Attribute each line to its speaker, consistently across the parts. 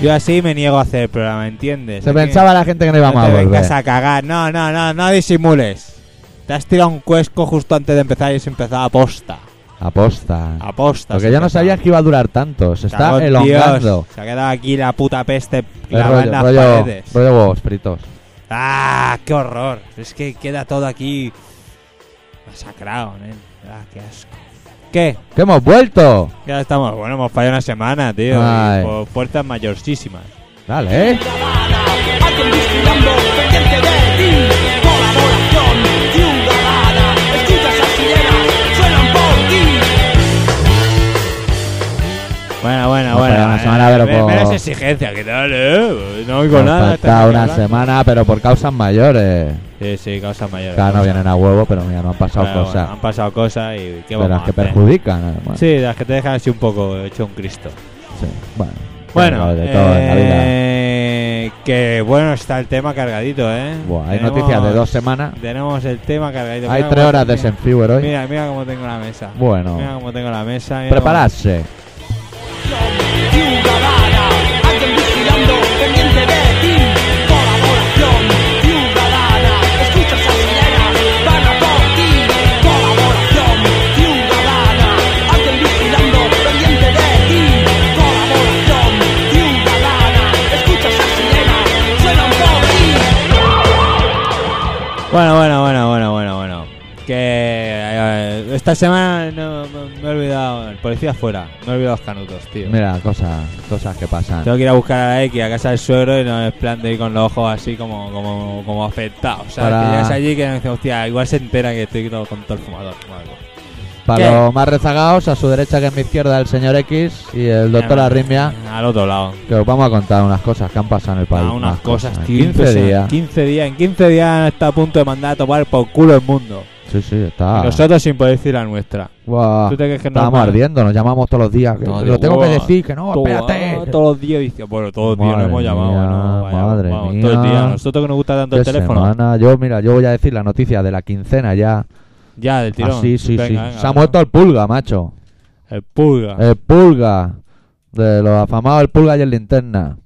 Speaker 1: Yo así me niego a hacer el programa, ¿entiendes?
Speaker 2: Se
Speaker 1: Aquí
Speaker 2: pensaba la gente que
Speaker 1: no
Speaker 2: no íbamos
Speaker 1: te
Speaker 2: a volver.
Speaker 1: vengas a cagar. No, no, no, no disimules. Te has tirado un cuesco justo antes de empezar y se empezaba aposta.
Speaker 2: Aposta.
Speaker 1: Aposta.
Speaker 2: Porque
Speaker 1: se
Speaker 2: yo no
Speaker 1: empezaba.
Speaker 2: sabía que iba a durar tanto. Se está
Speaker 1: Cagón,
Speaker 2: elongando.
Speaker 1: Dios. Se ha quedado aquí la puta peste
Speaker 2: Es
Speaker 1: clavada en
Speaker 2: rollo,
Speaker 1: las
Speaker 2: rollo,
Speaker 1: paredes.
Speaker 2: rollo huevos fritos.
Speaker 1: ¡Ah! ¡Qué horror! Es que queda todo aquí masacrado, nen. ¡Ah, qué asco! ¿Qué?
Speaker 2: ¡Que hemos vuelto!
Speaker 1: Ya estamos. Bueno, hemos fallado una semana, tío. y
Speaker 2: Ay.
Speaker 1: por puertas mayorísimas.
Speaker 2: Dale, ¿eh?
Speaker 3: Alguien vigilando, pendiente de ti Colaboración ciudadana Escucha esas sirenas, suenan por ti
Speaker 1: Bueno, bueno,
Speaker 2: Hemos
Speaker 1: bueno.
Speaker 2: fallado una semana, pero
Speaker 1: me-
Speaker 2: por-
Speaker 1: menos exigencia, ¿qué tal, eh? No oigo
Speaker 2: Nos
Speaker 1: nada.
Speaker 2: falta
Speaker 1: tengo que
Speaker 2: una
Speaker 1: hablar.
Speaker 2: semana, pero por causas mayores.
Speaker 1: Sí, sí, causas mayores.
Speaker 2: Claro, no vienen a huevo, pero mira, no han pasado
Speaker 1: Pero bueno,
Speaker 2: cosas.
Speaker 1: han pasado cosas y qué
Speaker 2: de
Speaker 1: vamos
Speaker 2: las
Speaker 1: a
Speaker 2: que
Speaker 1: hacer?
Speaker 2: perjudican. eh, Bueno,
Speaker 1: Sí, las que te dejan así un poco hecho un cristo.
Speaker 2: sí, bueno.
Speaker 1: Bueno,
Speaker 2: de todo en la vida.
Speaker 1: eh, que bueno está el tema cargadito, ¿eh?
Speaker 2: Buah, hay
Speaker 1: Tenemos-
Speaker 2: noticias de dos semanas.
Speaker 1: Tenemos el tema cargadito.
Speaker 2: Hay
Speaker 1: Mira
Speaker 2: tres
Speaker 1: cómo-
Speaker 2: horas de
Speaker 1: mira-
Speaker 2: Senfewer hoy.
Speaker 1: Mira, mira cómo tengo la mesa. Mira
Speaker 2: Bueno,
Speaker 1: cómo tengo la mesa. mira
Speaker 2: prepararse.
Speaker 3: Ciudadana, alguien vigilando, pendiente de ti Colaboración ciudadana, escucha esas sirenas, van a por ti Colaboración ciudadana, alguien vigilando, pendiente de ti Colaboración ciudadana, escucha esas sirenas, suenan por ti
Speaker 1: cómo- Bueno, bueno, bueno, bueno, bueno, bueno. Que eh, esta semana no, me he olvidado. El policía fuera. Me he olvidado los canutos, tío.
Speaker 2: Mira, cosas, cosas que pasan.
Speaker 1: Tengo que ir a buscar a la X a casa del suegro y no es plan de ir con los ojos así como, como, como afectados. O sea,
Speaker 2: Para-
Speaker 1: que llegas allí y que me dice, hostia, igual se entera que estoy con todo el fumador. o algo.
Speaker 2: Para
Speaker 1: ¿Qué?
Speaker 2: los más rezagados, a su derecha que es mi izquierda el señor X y el doctor Arrimia,
Speaker 1: Al otro lado.
Speaker 2: que os vamos a contar unas cosas que han pasado en el país.
Speaker 1: Ah, unas
Speaker 2: más
Speaker 1: cosas, tío.
Speaker 2: En 15
Speaker 1: impresionante.
Speaker 2: eh. días.
Speaker 1: 15 días. En 15 días está a punto de mandar a tomar por culo el mundo.
Speaker 2: Sí, sí,
Speaker 1: Y
Speaker 2: está.
Speaker 1: nosotros sin poder decir la nuestra.
Speaker 2: Buah,
Speaker 1: ¿Tú te crees que no?
Speaker 2: Estábamos ardiendo, nos llamamos todos los días. que
Speaker 1: No,
Speaker 2: lo
Speaker 1: tío,
Speaker 2: tengo que
Speaker 1: buah,
Speaker 2: decir, que no,
Speaker 1: Todo-
Speaker 2: Oh,
Speaker 1: ah,
Speaker 2: espérate. que-
Speaker 1: todos los días dice, bueno, todos los días nos
Speaker 2: Madre
Speaker 1: hemos llamado.
Speaker 2: mía,
Speaker 1: ¿no? Vaya,
Speaker 2: madre
Speaker 1: vamos,
Speaker 2: mía.
Speaker 1: Todo el día. Nosotros que nos gusta tanto el
Speaker 2: qué
Speaker 1: teléfono.
Speaker 2: semana. Yo, mira, yo voy a decir la noticia de la quincena ya.
Speaker 1: Ya, del tirón.
Speaker 2: Así, ah, sí,
Speaker 1: Venga,
Speaker 2: sí.
Speaker 1: venga, Ah.
Speaker 2: Se ha
Speaker 1: venga.
Speaker 2: muerto Eh, el pulga, macho.
Speaker 1: El pulga.
Speaker 2: El pulga. De los afamados, el pulga y el linterna.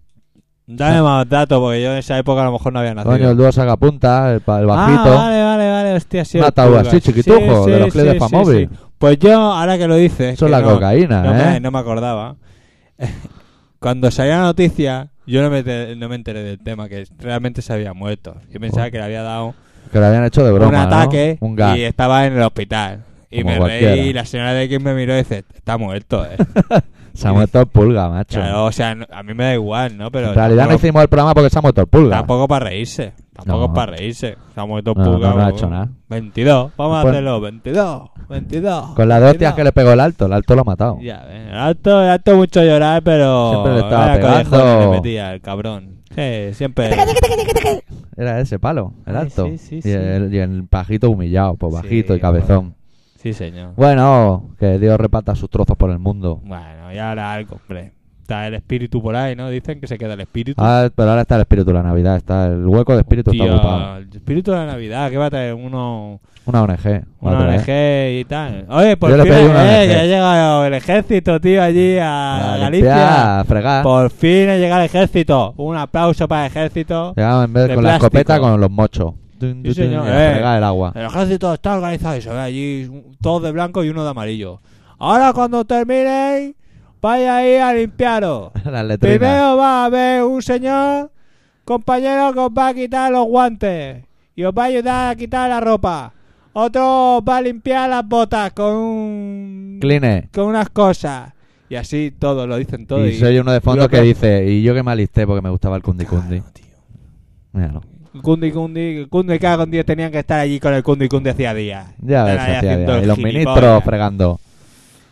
Speaker 1: Dame más datos, porque yo en esa época a lo mejor no había nacido.
Speaker 2: eh. Coño, el dúo sacapunta, el, pa- el bajito.
Speaker 1: Ah, vale, vale, vale, hostia, sí.
Speaker 2: Un
Speaker 1: el
Speaker 2: ataúd
Speaker 1: pulga.
Speaker 2: así, chiquitujo,
Speaker 1: Sí,
Speaker 2: de
Speaker 1: sí,
Speaker 2: los clips
Speaker 1: sí,
Speaker 2: de
Speaker 1: sí,
Speaker 2: Famovi.
Speaker 1: sí. Pues yo, ahora que lo dices.
Speaker 2: Eso es
Speaker 1: que
Speaker 2: la
Speaker 1: no-
Speaker 2: cocaína,
Speaker 1: no
Speaker 2: ¿eh?
Speaker 1: Me, no me acordaba. Cuando salió la noticia, yo no me, te- no me enteré del tema, que realmente se había muerto. Yo pensaba
Speaker 2: Oh.
Speaker 1: que le había dado
Speaker 2: Que lo habían hecho de broma.
Speaker 1: un
Speaker 2: ¿no?
Speaker 1: ataque
Speaker 2: Un gas.
Speaker 1: y estaba en el hospital. Y
Speaker 2: Como
Speaker 1: me
Speaker 2: cualquiera.
Speaker 1: reí y la señora de quien me miró y dice, está muerto, eh.
Speaker 2: Se ha muerto el pulga, macho.
Speaker 1: Claro, o sea, no- a mí me da igual, ¿no? Pero
Speaker 2: en realidad no
Speaker 1: tampoco-
Speaker 2: hicimos el programa porque se ha muerto el pulga.
Speaker 1: Tampoco para reírse. Tampoco
Speaker 2: No.
Speaker 1: para reírse. Se ha muerto
Speaker 2: No,
Speaker 1: Pulga,
Speaker 2: no, no ha
Speaker 1: como-
Speaker 2: hecho nada.
Speaker 1: 22. Vamos
Speaker 2: Pues-
Speaker 1: a hacerlo. 22. 22.
Speaker 2: Con las dos hostias que le pegó el alto, el alto lo ha matado.
Speaker 1: Ya, ves, el alto, el alto mucho llorar, pero.
Speaker 2: Siempre le estaba
Speaker 1: vaya collejones
Speaker 2: pegando.
Speaker 1: Le metía el cabrón. Sí, siempre.
Speaker 2: Era ese palo, el
Speaker 1: Ay,
Speaker 2: alto.
Speaker 1: sí, sí,
Speaker 2: y,
Speaker 1: sí.
Speaker 2: El, y el pajito humillado, pues
Speaker 1: Sí,
Speaker 2: bajito y cabezón.
Speaker 1: Sí, señor.
Speaker 2: Bueno, que Dios reparta sus trozos por el mundo.
Speaker 1: Bueno, y ahora algo, hombre. Está el espíritu por ahí, ¿no? Dicen que se queda el espíritu.
Speaker 2: Ah, pero ahora está el espíritu de la Navidad, está el hueco de espíritu
Speaker 1: Tío,
Speaker 2: está ocupado.
Speaker 1: el espíritu de la Navidad, que va a traer uno,
Speaker 2: Una ONG.
Speaker 1: una
Speaker 2: madre,
Speaker 1: ONG
Speaker 2: ¿eh?
Speaker 1: y tal. Oye, por
Speaker 2: Yo le
Speaker 1: fin,
Speaker 2: pedí
Speaker 1: eh,
Speaker 2: una ONG.
Speaker 1: que ha llegado el ejército, tío, allí a,
Speaker 2: A
Speaker 1: Galicia.
Speaker 2: limpiar, a fregar.
Speaker 1: Por fin ha llegado el ejército. Un aplauso para el ejército.
Speaker 2: Llegaba en vez
Speaker 1: de
Speaker 2: con la
Speaker 1: plástico.
Speaker 2: escopeta con los mochos. Dun,
Speaker 1: Sí,
Speaker 2: dun, dun,
Speaker 1: señor.
Speaker 2: y a
Speaker 1: Eh.
Speaker 2: fregar el agua.
Speaker 1: El ejército está organizado y se ve allí todos de blanco y uno de amarillo. Ahora cuando terminen, vaya ahí a limpiaros.
Speaker 2: Las letrinas.
Speaker 1: Primero va a haber un señor, compañero, que os va a quitar los guantes y os va a ayudar a quitar la ropa. Otro os va a limpiar las botas con un-
Speaker 2: Cline.
Speaker 1: con unas cosas. Y así todo, lo dicen todo.
Speaker 2: Y soy uno de fondo
Speaker 1: lo
Speaker 2: que
Speaker 1: que-
Speaker 2: dice, y yo que me alisté porque me gustaba el cundi cundi. Míralo.
Speaker 1: Kundi Kundi, Kundi K con 10 tenían que estar allí con el Kundi Kundi hacía días.
Speaker 2: Ya
Speaker 1: Están
Speaker 2: ves,
Speaker 1: ahí
Speaker 2: hacía
Speaker 1: haciendo
Speaker 2: día.
Speaker 1: el
Speaker 2: Y los
Speaker 1: gilipollas.
Speaker 2: ministros fregando.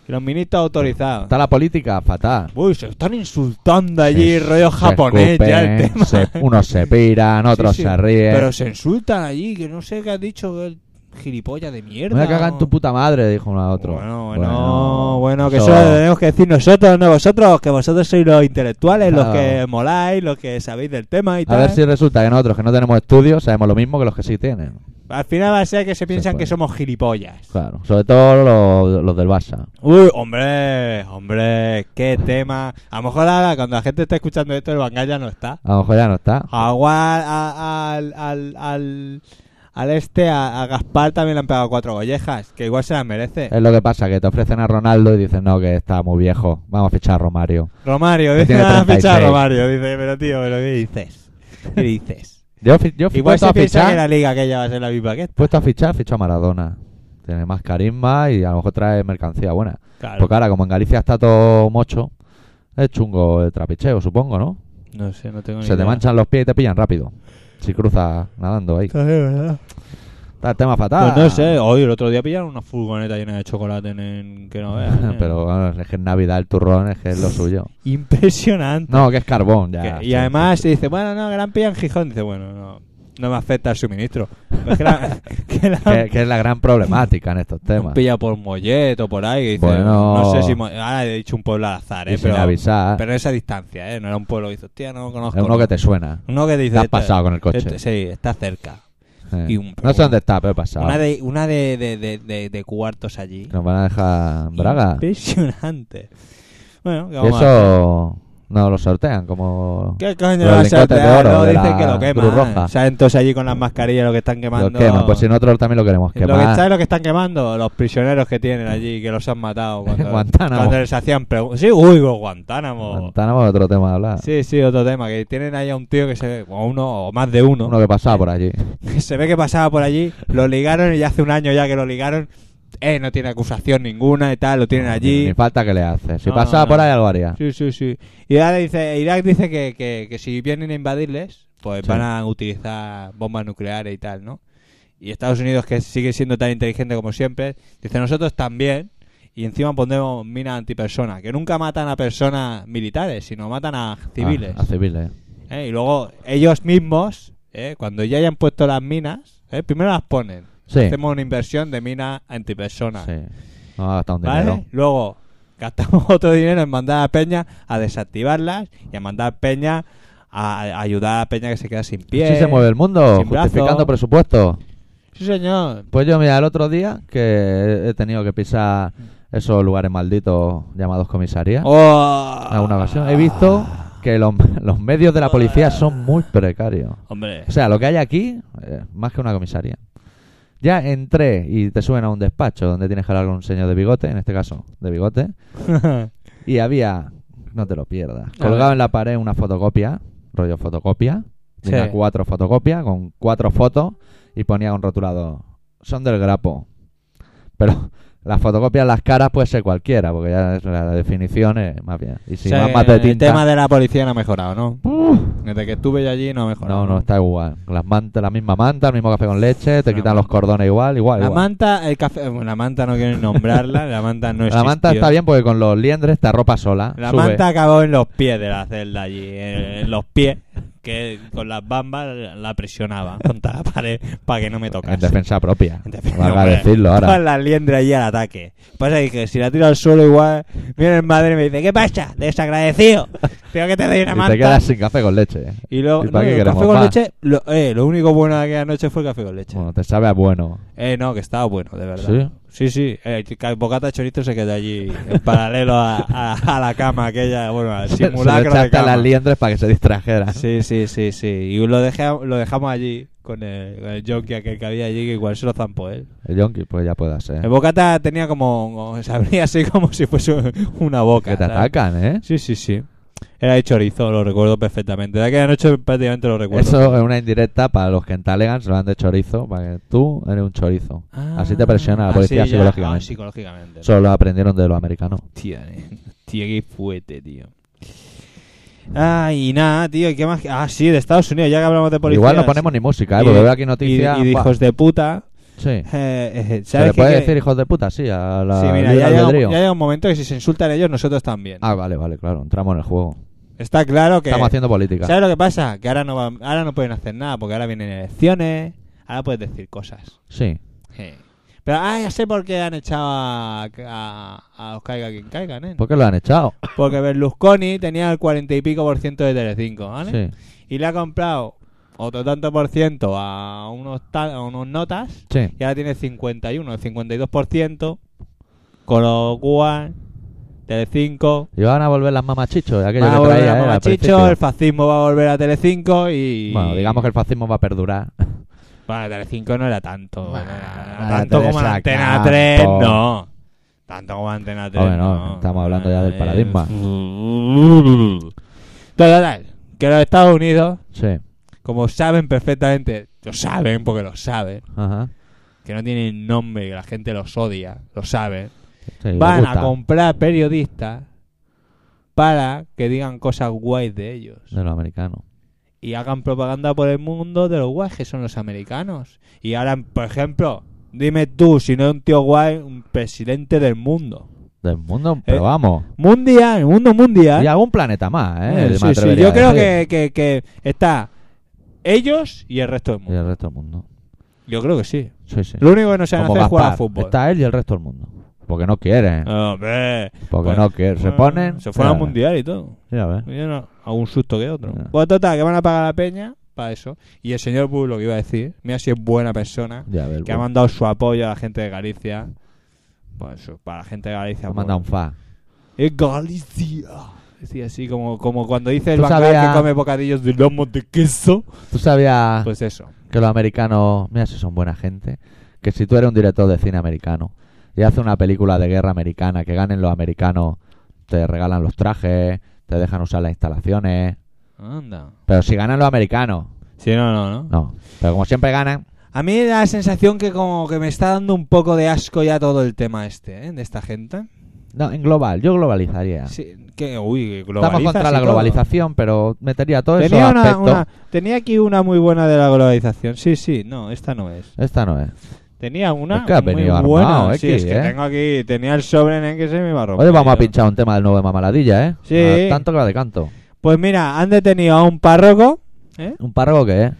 Speaker 1: Y los ministros autorizados.
Speaker 2: Está la política fatal.
Speaker 1: Uy, se están insultando allí,
Speaker 2: Se-
Speaker 1: rollo
Speaker 2: se
Speaker 1: japonés ya el
Speaker 2: escupen,
Speaker 1: tema.
Speaker 2: se- unos se piran, otros
Speaker 1: Sí, sí.
Speaker 2: se ríen.
Speaker 1: Pero se insultan allí, que no sé qué has dicho, el gilipollas de mierda.
Speaker 2: Me voy a cagar en tu puta madre, dijo uno a otro.
Speaker 1: Bueno, bueno, bueno, no, que
Speaker 2: Eso-
Speaker 1: eso lo tenemos que decir nosotros, no vosotros, que vosotros sois los intelectuales, los
Speaker 2: Claro.
Speaker 1: que moláis, los que sabéis del tema y
Speaker 2: A
Speaker 1: tal.
Speaker 2: ver si resulta que nosotros que no tenemos estudios sabemos lo mismo que los que sí tienen.
Speaker 1: Al final va a ser que se piensan que
Speaker 2: puede.
Speaker 1: somos gilipollas.
Speaker 2: Claro. Sobre todo los, los del Barça.
Speaker 1: Uy, hombre, hombre, qué tema. A lo mejor ahora cuando la gente está escuchando esto, el Bangal ya no está.
Speaker 2: A lo mejor ya no está.
Speaker 1: Agua a- al, al, al, al este, a, a Gaspar también le han pegado cuatro gollejas, que igual se las merece.
Speaker 2: Es lo que pasa, que te ofrecen a Ronaldo y dicen, no, que está muy viejo. Vamos a fichar a Romario.
Speaker 1: Romario,
Speaker 2: que
Speaker 1: dice
Speaker 2: tiene
Speaker 1: "Ah, ficha a
Speaker 2: 36".
Speaker 1: Romario, dice, pero tío, pero ¿qué dices? ¿Qué dices?
Speaker 2: Yo, fi- yo
Speaker 1: igual
Speaker 2: puesto
Speaker 1: se
Speaker 2: a
Speaker 1: piensa que
Speaker 2: fichar,
Speaker 1: la liga que ella va a ser la misma que esta.
Speaker 2: puesto a fichar, ficho a Maradona. Tiene más carisma y a lo mejor trae mercancía buena.
Speaker 1: Claro,
Speaker 2: Porque ahora, como en Galicia está todo mocho, es chungo el trapicheo, supongo, ¿no?
Speaker 1: no sé, no tengo ni
Speaker 2: Se te
Speaker 1: idea.
Speaker 2: manchan los pies y te pillan rápido. Si cruzas nadando ahí. Está el tema fatal.
Speaker 1: Pues no sé, hoy el otro día pillaron una furgoneta llena de chocolate en, en- que no veas. ¿eh?
Speaker 2: Pero bueno, es que en Navidad el turrón es que es lo suyo.
Speaker 1: impresionante.
Speaker 2: No, que es carbón ya.
Speaker 1: Que-
Speaker 2: sí.
Speaker 1: y además se dice, bueno, no, gran pilla en Gijón. Dice, bueno, no, no me afecta el suministro. Pero es que la, que la
Speaker 2: Que, que es la gran problemática en estos
Speaker 1: han
Speaker 2: temas.
Speaker 1: pillado por Mollet o por ahí. que dice,
Speaker 2: Bueno.
Speaker 1: no sé si. Mo- Ahora he dicho un pueblo al azar,
Speaker 2: Y
Speaker 1: ¿eh?
Speaker 2: sin
Speaker 1: Pero,
Speaker 2: avisar.
Speaker 1: pero esa distancia, ¿eh? No era un pueblo que dice, hostia, no conozco.
Speaker 2: Ah. es uno que te suena.
Speaker 1: Uno que dice.
Speaker 2: Te has
Speaker 1: "Este-
Speaker 2: pasado con el coche.
Speaker 1: este- sí, está cerca.
Speaker 2: Eh.
Speaker 1: y un-
Speaker 2: no sé dónde está, pero he pasado.
Speaker 1: Una de, una de, de, de, de- de cuartos allí.
Speaker 2: Que Nos van a dejar en Braga. Y
Speaker 1: Impresionante. Bueno, ¿qué vamos a hacer?
Speaker 2: eso no lo sortean como...
Speaker 1: ¿Qué coño
Speaker 2: Los
Speaker 1: va a
Speaker 2: lingotes de
Speaker 1: sortear?
Speaker 2: oro
Speaker 1: Luego
Speaker 2: de
Speaker 1: dicen
Speaker 2: la
Speaker 1: que lo
Speaker 2: Cruz
Speaker 1: queman.
Speaker 2: Roja.
Speaker 1: ¿Saben todos allí con las mascarillas lo que están
Speaker 2: Lo
Speaker 1: quemando?
Speaker 2: queman. Pues si nosotros también lo queremos
Speaker 1: lo que
Speaker 2: quemar.
Speaker 1: ¿Sabes lo que están quemando? Los prisioneros que tienen allí, que los han matado. Cuando,
Speaker 2: Guantánamo.
Speaker 1: cuando les hacían preguntas. Sí, uy, con Guantánamo.
Speaker 2: Guantánamo es otro tema de hablar.
Speaker 1: Sí, sí, otro tema. Que tienen ahí a un tío que se ve, o uno, o más de uno,
Speaker 2: Uno que pasaba por allí.
Speaker 1: que se ve que pasaba por allí, lo ligaron y ya hace un año ya que lo ligaron. Eh, no tiene acusación ninguna y tal, lo tienen allí.
Speaker 2: Ni, ni falta que le hace. Si
Speaker 1: No,
Speaker 2: pasaba
Speaker 1: no,
Speaker 2: por
Speaker 1: no.
Speaker 2: ahí, algo haría.
Speaker 1: Sí, sí, sí. Y ahora dice, Irak dice que, que, que si vienen a invadirles, pues
Speaker 2: Sí.
Speaker 1: van a utilizar bombas nucleares y tal, ¿no? Y Estados Unidos, que sigue siendo tan inteligente como siempre, dice nosotros también, y encima pondremos minas antipersona, que nunca matan a personas militares, sino matan a civiles.
Speaker 2: Ah, a civiles.
Speaker 1: ¿eh? Y luego ellos mismos, ¿eh? cuando ya hayan puesto las minas, ¿eh? primero las ponen.
Speaker 2: Sí.
Speaker 1: Hacemos una inversión de minas antipersona.
Speaker 2: Sí. No ha gastado un
Speaker 1: ¿Vale?
Speaker 2: dinero.
Speaker 1: Luego gastamos otro dinero en mandar a Peña a desactivarlas y a mandar a Peña a, a ayudar a Peña que se queda sin pie.
Speaker 2: Así se mueve el mundo,
Speaker 1: sin brazo.
Speaker 2: justificando presupuesto.
Speaker 1: Sí, señor.
Speaker 2: Pues yo, mira, el otro día que he tenido que pisar esos lugares malditos llamados comisarías,
Speaker 1: Oh.
Speaker 2: en alguna ocasión, he visto que los, los medios de la policía son muy precarios.
Speaker 1: Hombre.
Speaker 2: O sea, lo que hay aquí, eh, más que una comisaría. Ya entré y te suben a un despacho donde tienes que hablar con un señor de bigote, en este caso, de bigote, y había, no te lo pierdas, colgado en la pared una fotocopia, rollo fotocopia,
Speaker 1: Sí.
Speaker 2: tenía cuatro fotocopias con cuatro fotos y ponía un rotulado. Son del grapo. Pero las fotocopias, las caras puede ser cualquiera, porque ya es la definición es más bien. Y si
Speaker 1: O sea,
Speaker 2: más
Speaker 1: que
Speaker 2: mate de
Speaker 1: el
Speaker 2: tinta,
Speaker 1: tema de la policía no ha mejorado, ¿no?
Speaker 2: ¡uh!
Speaker 1: Desde que estuve yo allí no ha mejorado.
Speaker 2: No, no, está igual. Las mantas, la misma manta, el mismo café con leche, te
Speaker 1: Una
Speaker 2: quitan los
Speaker 1: manta.
Speaker 2: cordones igual, igual,
Speaker 1: La
Speaker 2: igual.
Speaker 1: manta, el café. eh, bueno, La manta no quiero ni nombrarla. La manta no
Speaker 2: la manta
Speaker 1: existió.
Speaker 2: está bien porque con los liendres te arropa sola.
Speaker 1: La
Speaker 2: sube.
Speaker 1: manta acabó en los pies de la celda allí, en, en los pies, que con las bambas la presionaba contra la pared para que no me
Speaker 2: en
Speaker 1: tocase.
Speaker 2: defensa propia.
Speaker 1: En defensa,
Speaker 2: Valga
Speaker 1: hombre.
Speaker 2: decirlo ahora.
Speaker 1: Con la liendra allí al ataque. Pasa que- que si la tiro al suelo igual, viene el madre y me dice, ¿qué pasa? Desagradecido. Tengo que te doy una
Speaker 2: Y te
Speaker 1: manta.
Speaker 2: quedas sin café con leche. ¿eh?
Speaker 1: Y luego,
Speaker 2: ¿Y para
Speaker 1: no,
Speaker 2: qué
Speaker 1: el café
Speaker 2: queremos
Speaker 1: con
Speaker 2: más?
Speaker 1: leche, lo, eh, lo único bueno de aquella noche fue el café con leche.
Speaker 2: Bueno, te sabe a bueno.
Speaker 1: Eh, no, que estaba bueno, de verdad.
Speaker 2: ¿Sí?
Speaker 1: Sí, sí. Eh, el bocata de chorizo se quedó allí, en paralelo a, a- a la cama aquella, bueno, al
Speaker 2: Se- se
Speaker 1: simulacro
Speaker 2: lo
Speaker 1: de
Speaker 2: echaste a
Speaker 1: cama.
Speaker 2: las liendres para que se distrajeran.
Speaker 1: Sí, sí, sí, sí. Y lo, dejé, lo dejamos allí con el, con el yonki aquel que había allí, que igual se lo zampó él.
Speaker 2: El yonki, pues ya puede ser.
Speaker 1: El bocata tenía como. como- se abría así como si fuese una boca.
Speaker 2: Que te
Speaker 1: ¿sabes?
Speaker 2: atacan, ¿eh?
Speaker 1: Sí, sí, sí. Era de chorizo, lo recuerdo perfectamente. De aquella noche prácticamente lo recuerdo.
Speaker 2: Eso es una indirecta para los que entalegan, se lo dan de chorizo, para que tú eres un chorizo.
Speaker 1: Ah,
Speaker 2: Así te presiona la
Speaker 1: así
Speaker 2: policía
Speaker 1: ya,
Speaker 2: psicológicamente.
Speaker 1: ah, psicológicamente.
Speaker 2: Eso lo aprendieron de los americanos.
Speaker 1: Hostia, eh. Hostia, qué fuerte, tío. Ah, y nada, tío, ¿y qué más? Ah, sí, de Estados Unidos, ya que hablamos de policía.
Speaker 2: Igual no ponemos ni música, ¿eh?
Speaker 1: Y-
Speaker 2: Porque veo aquí
Speaker 1: y,
Speaker 2: noticias.
Speaker 1: y de
Speaker 2: ¡buah!
Speaker 1: hijos de puta.
Speaker 2: Sí.
Speaker 1: Eh, eh,
Speaker 2: ¿Se le
Speaker 1: ¿Sabes qué?
Speaker 2: puede
Speaker 1: Que-
Speaker 2: decir hijos de puta? Sí, a la
Speaker 1: Sí, mira,
Speaker 2: libre
Speaker 1: ya llega,
Speaker 2: albedrío.
Speaker 1: ya llega un momento que si se insultan ellos, nosotros también.
Speaker 2: Ah, vale, vale, claro. Entramos en el juego.
Speaker 1: Está claro que.
Speaker 2: Estamos haciendo política.
Speaker 1: ¿Sabes lo que pasa? Que ahora no, va- ahora no pueden hacer nada porque ahora vienen elecciones. Ahora puedes decir cosas.
Speaker 2: Sí.
Speaker 1: Je. Pero, ah, ya sé por qué han echado a, a, a os caiga quien caiga, ¿eh?
Speaker 2: ¿Por qué lo han echado?
Speaker 1: Porque Berlusconi tenía el cuarenta y pico por ciento de Telecinco, ¿vale? Y le ha comprado otro tanto por ciento a unos, ta- a unos notas
Speaker 2: Sí, sí.
Speaker 1: y ahora tiene 51, el 52 por ciento, con lo cual Telecinco...
Speaker 2: Y van a volver las mamachichos, aquello
Speaker 1: Va a
Speaker 2: que
Speaker 1: volver
Speaker 2: traía,
Speaker 1: a
Speaker 2: eh, al
Speaker 1: Mamachicho,
Speaker 2: principio.
Speaker 1: el fascismo va a volver a Telecinco y...
Speaker 2: Bueno, digamos que el fascismo va a perdurar.
Speaker 1: Bueno, Telecinco no era tanto.
Speaker 2: Bueno,
Speaker 1: no era-
Speaker 2: no era
Speaker 1: tanto como la Antena
Speaker 2: Telesa, tanto.
Speaker 1: 3, no. Tanto como la Antena 3.
Speaker 2: Hombre, no, estamos hablando ya del
Speaker 1: Eh,
Speaker 2: paradigma.
Speaker 1: Total, que los Estados Unidos,
Speaker 2: Sí,
Speaker 1: como saben perfectamente, lo saben porque lo saben,
Speaker 2: ajá.
Speaker 1: que no tienen nombre, que la gente los odia, lo saben,
Speaker 2: Sí, le
Speaker 1: van a
Speaker 2: gusta.
Speaker 1: comprar periodistas para que digan cosas guays de ellos.
Speaker 2: De los americanos.
Speaker 1: y hagan propaganda por el mundo de los guays que son los americanos. Y ahora, por ejemplo, dime tú si no es un tío guay, un presidente del mundo.
Speaker 2: Del mundo,
Speaker 1: Eh,
Speaker 2: pero vamos.
Speaker 1: Mundial, el mundo mundial.
Speaker 2: Y algún planeta más, ¿eh?
Speaker 1: Eh,
Speaker 2: me
Speaker 1: sí, sí,
Speaker 2: atrevería
Speaker 1: Yo
Speaker 2: a
Speaker 1: creo que,
Speaker 2: decir.
Speaker 1: que- que está ellos y el resto del
Speaker 2: Y
Speaker 1: mundo.
Speaker 2: el resto del mundo.
Speaker 1: Yo creo que sí.
Speaker 2: Sí, sí.
Speaker 1: Lo único que no saben
Speaker 2: Como
Speaker 1: hacer es jugar
Speaker 2: Gaspar.
Speaker 1: al fútbol.
Speaker 2: Está él y el resto del mundo. Porque no quieren.
Speaker 1: Hombre,
Speaker 2: porque
Speaker 1: pues,
Speaker 2: no quieren. Se
Speaker 1: bueno,
Speaker 2: ponen.
Speaker 1: Se fueron al
Speaker 2: Mira,
Speaker 1: mundial y todo.
Speaker 2: mira, a ver.
Speaker 1: Yo no, a un susto que otro.
Speaker 2: Ya.
Speaker 1: Pues total, que van a pagar la peña para eso. Y el señor Bull, lo que iba a decir, mira si es buena persona.
Speaker 2: Ya, a ver.
Speaker 1: que ha
Speaker 2: bueno.
Speaker 1: mandado su apoyo a la gente de Galicia. Pues eso, para la gente de Galicia.
Speaker 2: Ha
Speaker 1: pues,
Speaker 2: mandado un fa.
Speaker 1: ¡Es Galicia! Sí, así como, como cuando dice el
Speaker 2: Tú
Speaker 1: bancal
Speaker 2: sabías- Ah.
Speaker 1: que come bocadillos de lomo de queso.
Speaker 2: ¿Tú sabías
Speaker 1: Pues eso.
Speaker 2: que los americanos, mira si son buena gente, que si tú eres un director de cine americano y haces una película de guerra americana, que ganen los americanos, te regalan los trajes, te dejan usar las instalaciones.
Speaker 1: Anda.
Speaker 2: Pero si ganan los americanos,
Speaker 1: Sí, no, no, no.
Speaker 2: no. Pero como siempre ganan,
Speaker 1: A mí me da la sensación que como que me está dando un poco de asco ya todo el tema este, ¿eh? De esta gente.
Speaker 2: no, en global, yo globalizaría.
Speaker 1: Sí, que, uy, que
Speaker 2: Estamos
Speaker 1: globalizas
Speaker 2: contra la
Speaker 1: y todo.
Speaker 2: globalización, pero metería todo eso
Speaker 1: Tenía, una-
Speaker 2: aspecto.
Speaker 1: una- tenía aquí una muy buena de la globalización. Sí, sí, no, esta no es.
Speaker 2: Esta no es.
Speaker 1: Tenía una
Speaker 2: Es que has
Speaker 1: muy
Speaker 2: venido armado,
Speaker 1: buena.
Speaker 2: eh,
Speaker 1: sí, es
Speaker 2: Ki,
Speaker 1: que
Speaker 2: eh.
Speaker 1: tengo aquí, tenía el sobre en el que se me iba a romper.
Speaker 2: Oye, vamos a
Speaker 1: yo.
Speaker 2: pinchar un tema del nuevo de Mamaladilla, ¿eh?
Speaker 1: Sí.
Speaker 2: Ah, Tanto que la decanto.
Speaker 1: Pues mira, han detenido a un párroco. ¿eh?
Speaker 2: ¿Un párroco qué es?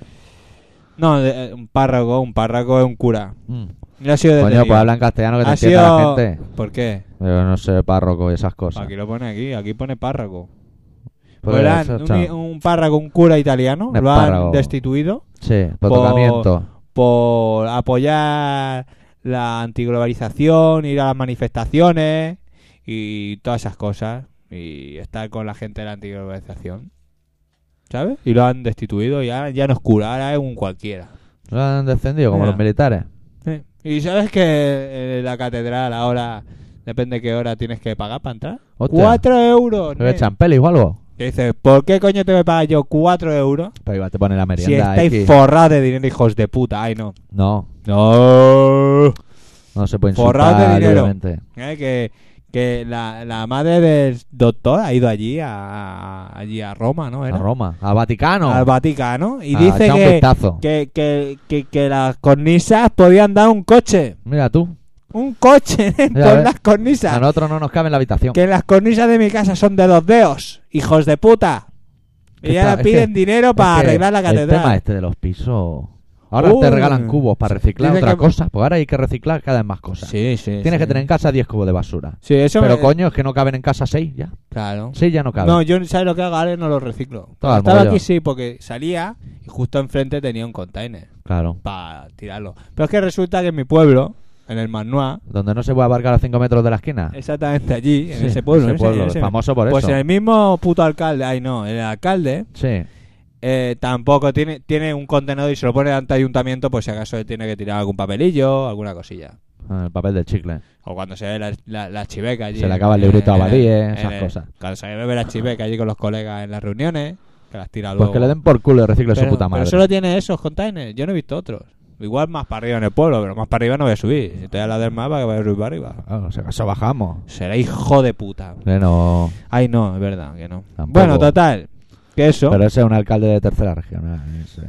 Speaker 1: No, de- eh, un párroco, un párroco es un cura.
Speaker 2: Mm.
Speaker 1: Y ha sido detenido.
Speaker 2: Coño, pues habla en castellano que te
Speaker 1: ha
Speaker 2: entienda la
Speaker 1: sido...
Speaker 2: gente.
Speaker 1: ¿Por qué?
Speaker 2: Yo no sé, párroco y esas cosas.
Speaker 1: Aquí lo pone aquí, aquí pone párroco.
Speaker 2: Pues
Speaker 1: Pues le han-
Speaker 2: eso,
Speaker 1: un,
Speaker 2: chao.
Speaker 1: un párroco, un cura italiano,
Speaker 2: Un
Speaker 1: lo
Speaker 2: espárrago.
Speaker 1: han destituido
Speaker 2: Sí, por
Speaker 1: por-
Speaker 2: tocamiento.
Speaker 1: por apoyar la antiglobalización, ir a las manifestaciones y todas esas cosas. Y estar con la gente de la antiglobalización. ¿Sabes? Y lo han destituido, ya, ya no es cura, ahora es un cualquiera.
Speaker 2: Lo han descendido como
Speaker 1: Mira.
Speaker 2: los militares.
Speaker 1: Sí. Y sabes que eh, la catedral ahora, depende qué hora tienes que pagar para entrar.
Speaker 2: Hostia.
Speaker 1: Cuatro euros.
Speaker 2: Creo que
Speaker 1: nen.
Speaker 2: echan pelis o algo.
Speaker 1: Que dices, ¿por qué coño te me pagas yo cuatro euros
Speaker 2: Pero igual te ponen la
Speaker 1: si
Speaker 2: merienda.
Speaker 1: estáis
Speaker 2: X.
Speaker 1: forrados de dinero, hijos de puta? Ay, no.
Speaker 2: No,
Speaker 1: No.
Speaker 2: no se puede
Speaker 1: Forrados de
Speaker 2: insultar
Speaker 1: dinero.
Speaker 2: libremente.
Speaker 1: Eh, que que la, la madre del doctor ha ido allí a, a- allí a Roma, ¿no?
Speaker 2: A
Speaker 1: Era?
Speaker 2: Roma, a Vaticano.
Speaker 1: Al Vaticano. Y
Speaker 2: A
Speaker 1: dice
Speaker 2: echar un
Speaker 1: que,
Speaker 2: vistazo.
Speaker 1: que, que, que, que las cornisas podían dar un coche.
Speaker 2: Mira tú,
Speaker 1: Un coche nen,
Speaker 2: Ya
Speaker 1: con
Speaker 2: ves.
Speaker 1: las cornisas.
Speaker 2: a nosotros no nos cabe en la habitación.
Speaker 1: Que las cornisas de mi casa son de dos dedos, hijos de puta.
Speaker 2: Que
Speaker 1: Y ahora
Speaker 2: está- es
Speaker 1: piden
Speaker 2: que-
Speaker 1: dinero
Speaker 2: Es
Speaker 1: para
Speaker 2: que
Speaker 1: arreglar la
Speaker 2: El tema
Speaker 1: catedral.
Speaker 2: este de los pisos. Ahora te
Speaker 1: Uy.
Speaker 2: regalan cubos para reciclar
Speaker 1: Dice
Speaker 2: otra
Speaker 1: que-
Speaker 2: cosa. Pues ahora hay que reciclar cada vez más cosas.
Speaker 1: Sí, sí.
Speaker 2: Tienes
Speaker 1: sí.
Speaker 2: que tener en casa 10 cubos de basura.
Speaker 1: Sí, eso
Speaker 2: Pero
Speaker 1: me-
Speaker 2: coño, es que no caben en casa 6 ya.
Speaker 1: Claro.
Speaker 2: 6 ya no caben.
Speaker 1: No, yo sabes lo que hago, ahora no lo reciclo.
Speaker 2: Todo
Speaker 1: Cuando
Speaker 2: Ah, al
Speaker 1: estaba
Speaker 2: mogollón.
Speaker 1: aquí sí, porque salía y justo enfrente tenía un container
Speaker 2: Claro.
Speaker 1: para tirarlo. Pero es que resulta que en mi pueblo, en el Manoa,
Speaker 2: Donde no se puede abarcar a 5 metros de la esquina.
Speaker 1: exactamente allí, en
Speaker 2: Sí,
Speaker 1: ese pueblo, en
Speaker 2: ese
Speaker 1: ese-
Speaker 2: pueblo,
Speaker 1: en ese-
Speaker 2: famoso por
Speaker 1: pues
Speaker 2: eso.
Speaker 1: el mismo puto alcalde, ay no, el alcalde
Speaker 2: Sí.
Speaker 1: Eh, tampoco tiene, tiene un contenedor y se lo pone ante ayuntamiento por si acaso él tiene que tirar algún papelillo, alguna cosilla.
Speaker 2: Ah, El papel del chicle.
Speaker 1: O cuando se ve la, la, la chiveca allí.
Speaker 2: Se le acaba el
Speaker 1: en-
Speaker 2: librito a
Speaker 1: en-
Speaker 2: Abadí, eh,
Speaker 1: en-
Speaker 2: esas
Speaker 1: en-
Speaker 2: cosas.
Speaker 1: Cuando se bebe la chiveca allí con los colegas en las reuniones, que las tira
Speaker 2: Pues
Speaker 1: luego.
Speaker 2: que le den por culo y recicle
Speaker 1: pero,
Speaker 2: su puta madre.
Speaker 1: pero solo tiene esos containers, yo no he visto otros. Igual más para arriba en el pueblo, pero más para arriba no voy a subir. Si estoy a la del mapa, que voy a subir para arriba.
Speaker 2: Ah, si acaso bajamos.
Speaker 1: Será hijo de puta.
Speaker 2: Eh, no.
Speaker 1: Ay, no, es verdad que no.
Speaker 2: Tampoco.
Speaker 1: Bueno, total. Que eso.
Speaker 2: Pero ese es un alcalde de tercera región. ah, ese.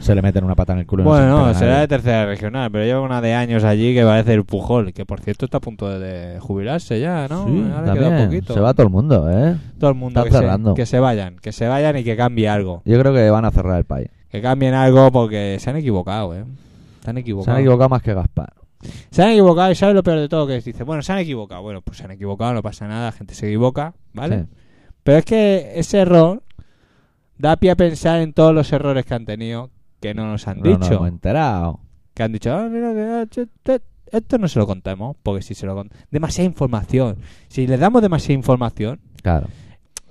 Speaker 2: Se le meten una pata en el culo. y
Speaker 1: Bueno,
Speaker 2: no se
Speaker 1: no, será
Speaker 2: entera nadie.
Speaker 1: de tercera regional, pero lleva una de años allí que parece el Pujol, que por cierto está a punto de jubilarse ya, ¿no?
Speaker 2: Sí,
Speaker 1: Ahora queda
Speaker 2: también.
Speaker 1: poquito.
Speaker 2: Se va todo el mundo, ¿eh?
Speaker 1: todo el mundo
Speaker 2: está
Speaker 1: que se,
Speaker 2: cerrando.
Speaker 1: que se vayan, que se vayan y que cambie algo.
Speaker 2: Yo creo que van a cerrar el país.
Speaker 1: Que cambien algo porque se han equivocado, ¿eh? Se han equivocado.
Speaker 2: Se han equivocado más que Gaspar.
Speaker 1: Se han equivocado y sabes lo peor de todo que es. Dice, bueno, se han equivocado. Bueno, pues se han equivocado, no pasa nada, la gente se equivoca, ¿vale?
Speaker 2: Sí.
Speaker 1: Pero es que ese error da pie a pensar en todos los errores que han tenido que no nos han
Speaker 2: No nos
Speaker 1: dicho.
Speaker 2: hemos enterado.
Speaker 1: que han dicho, "Ah, mira, mira, che, te- esto no se lo contamos, porque si se lo contamos... Demasiada información. Si les damos demasiada información,
Speaker 2: Claro.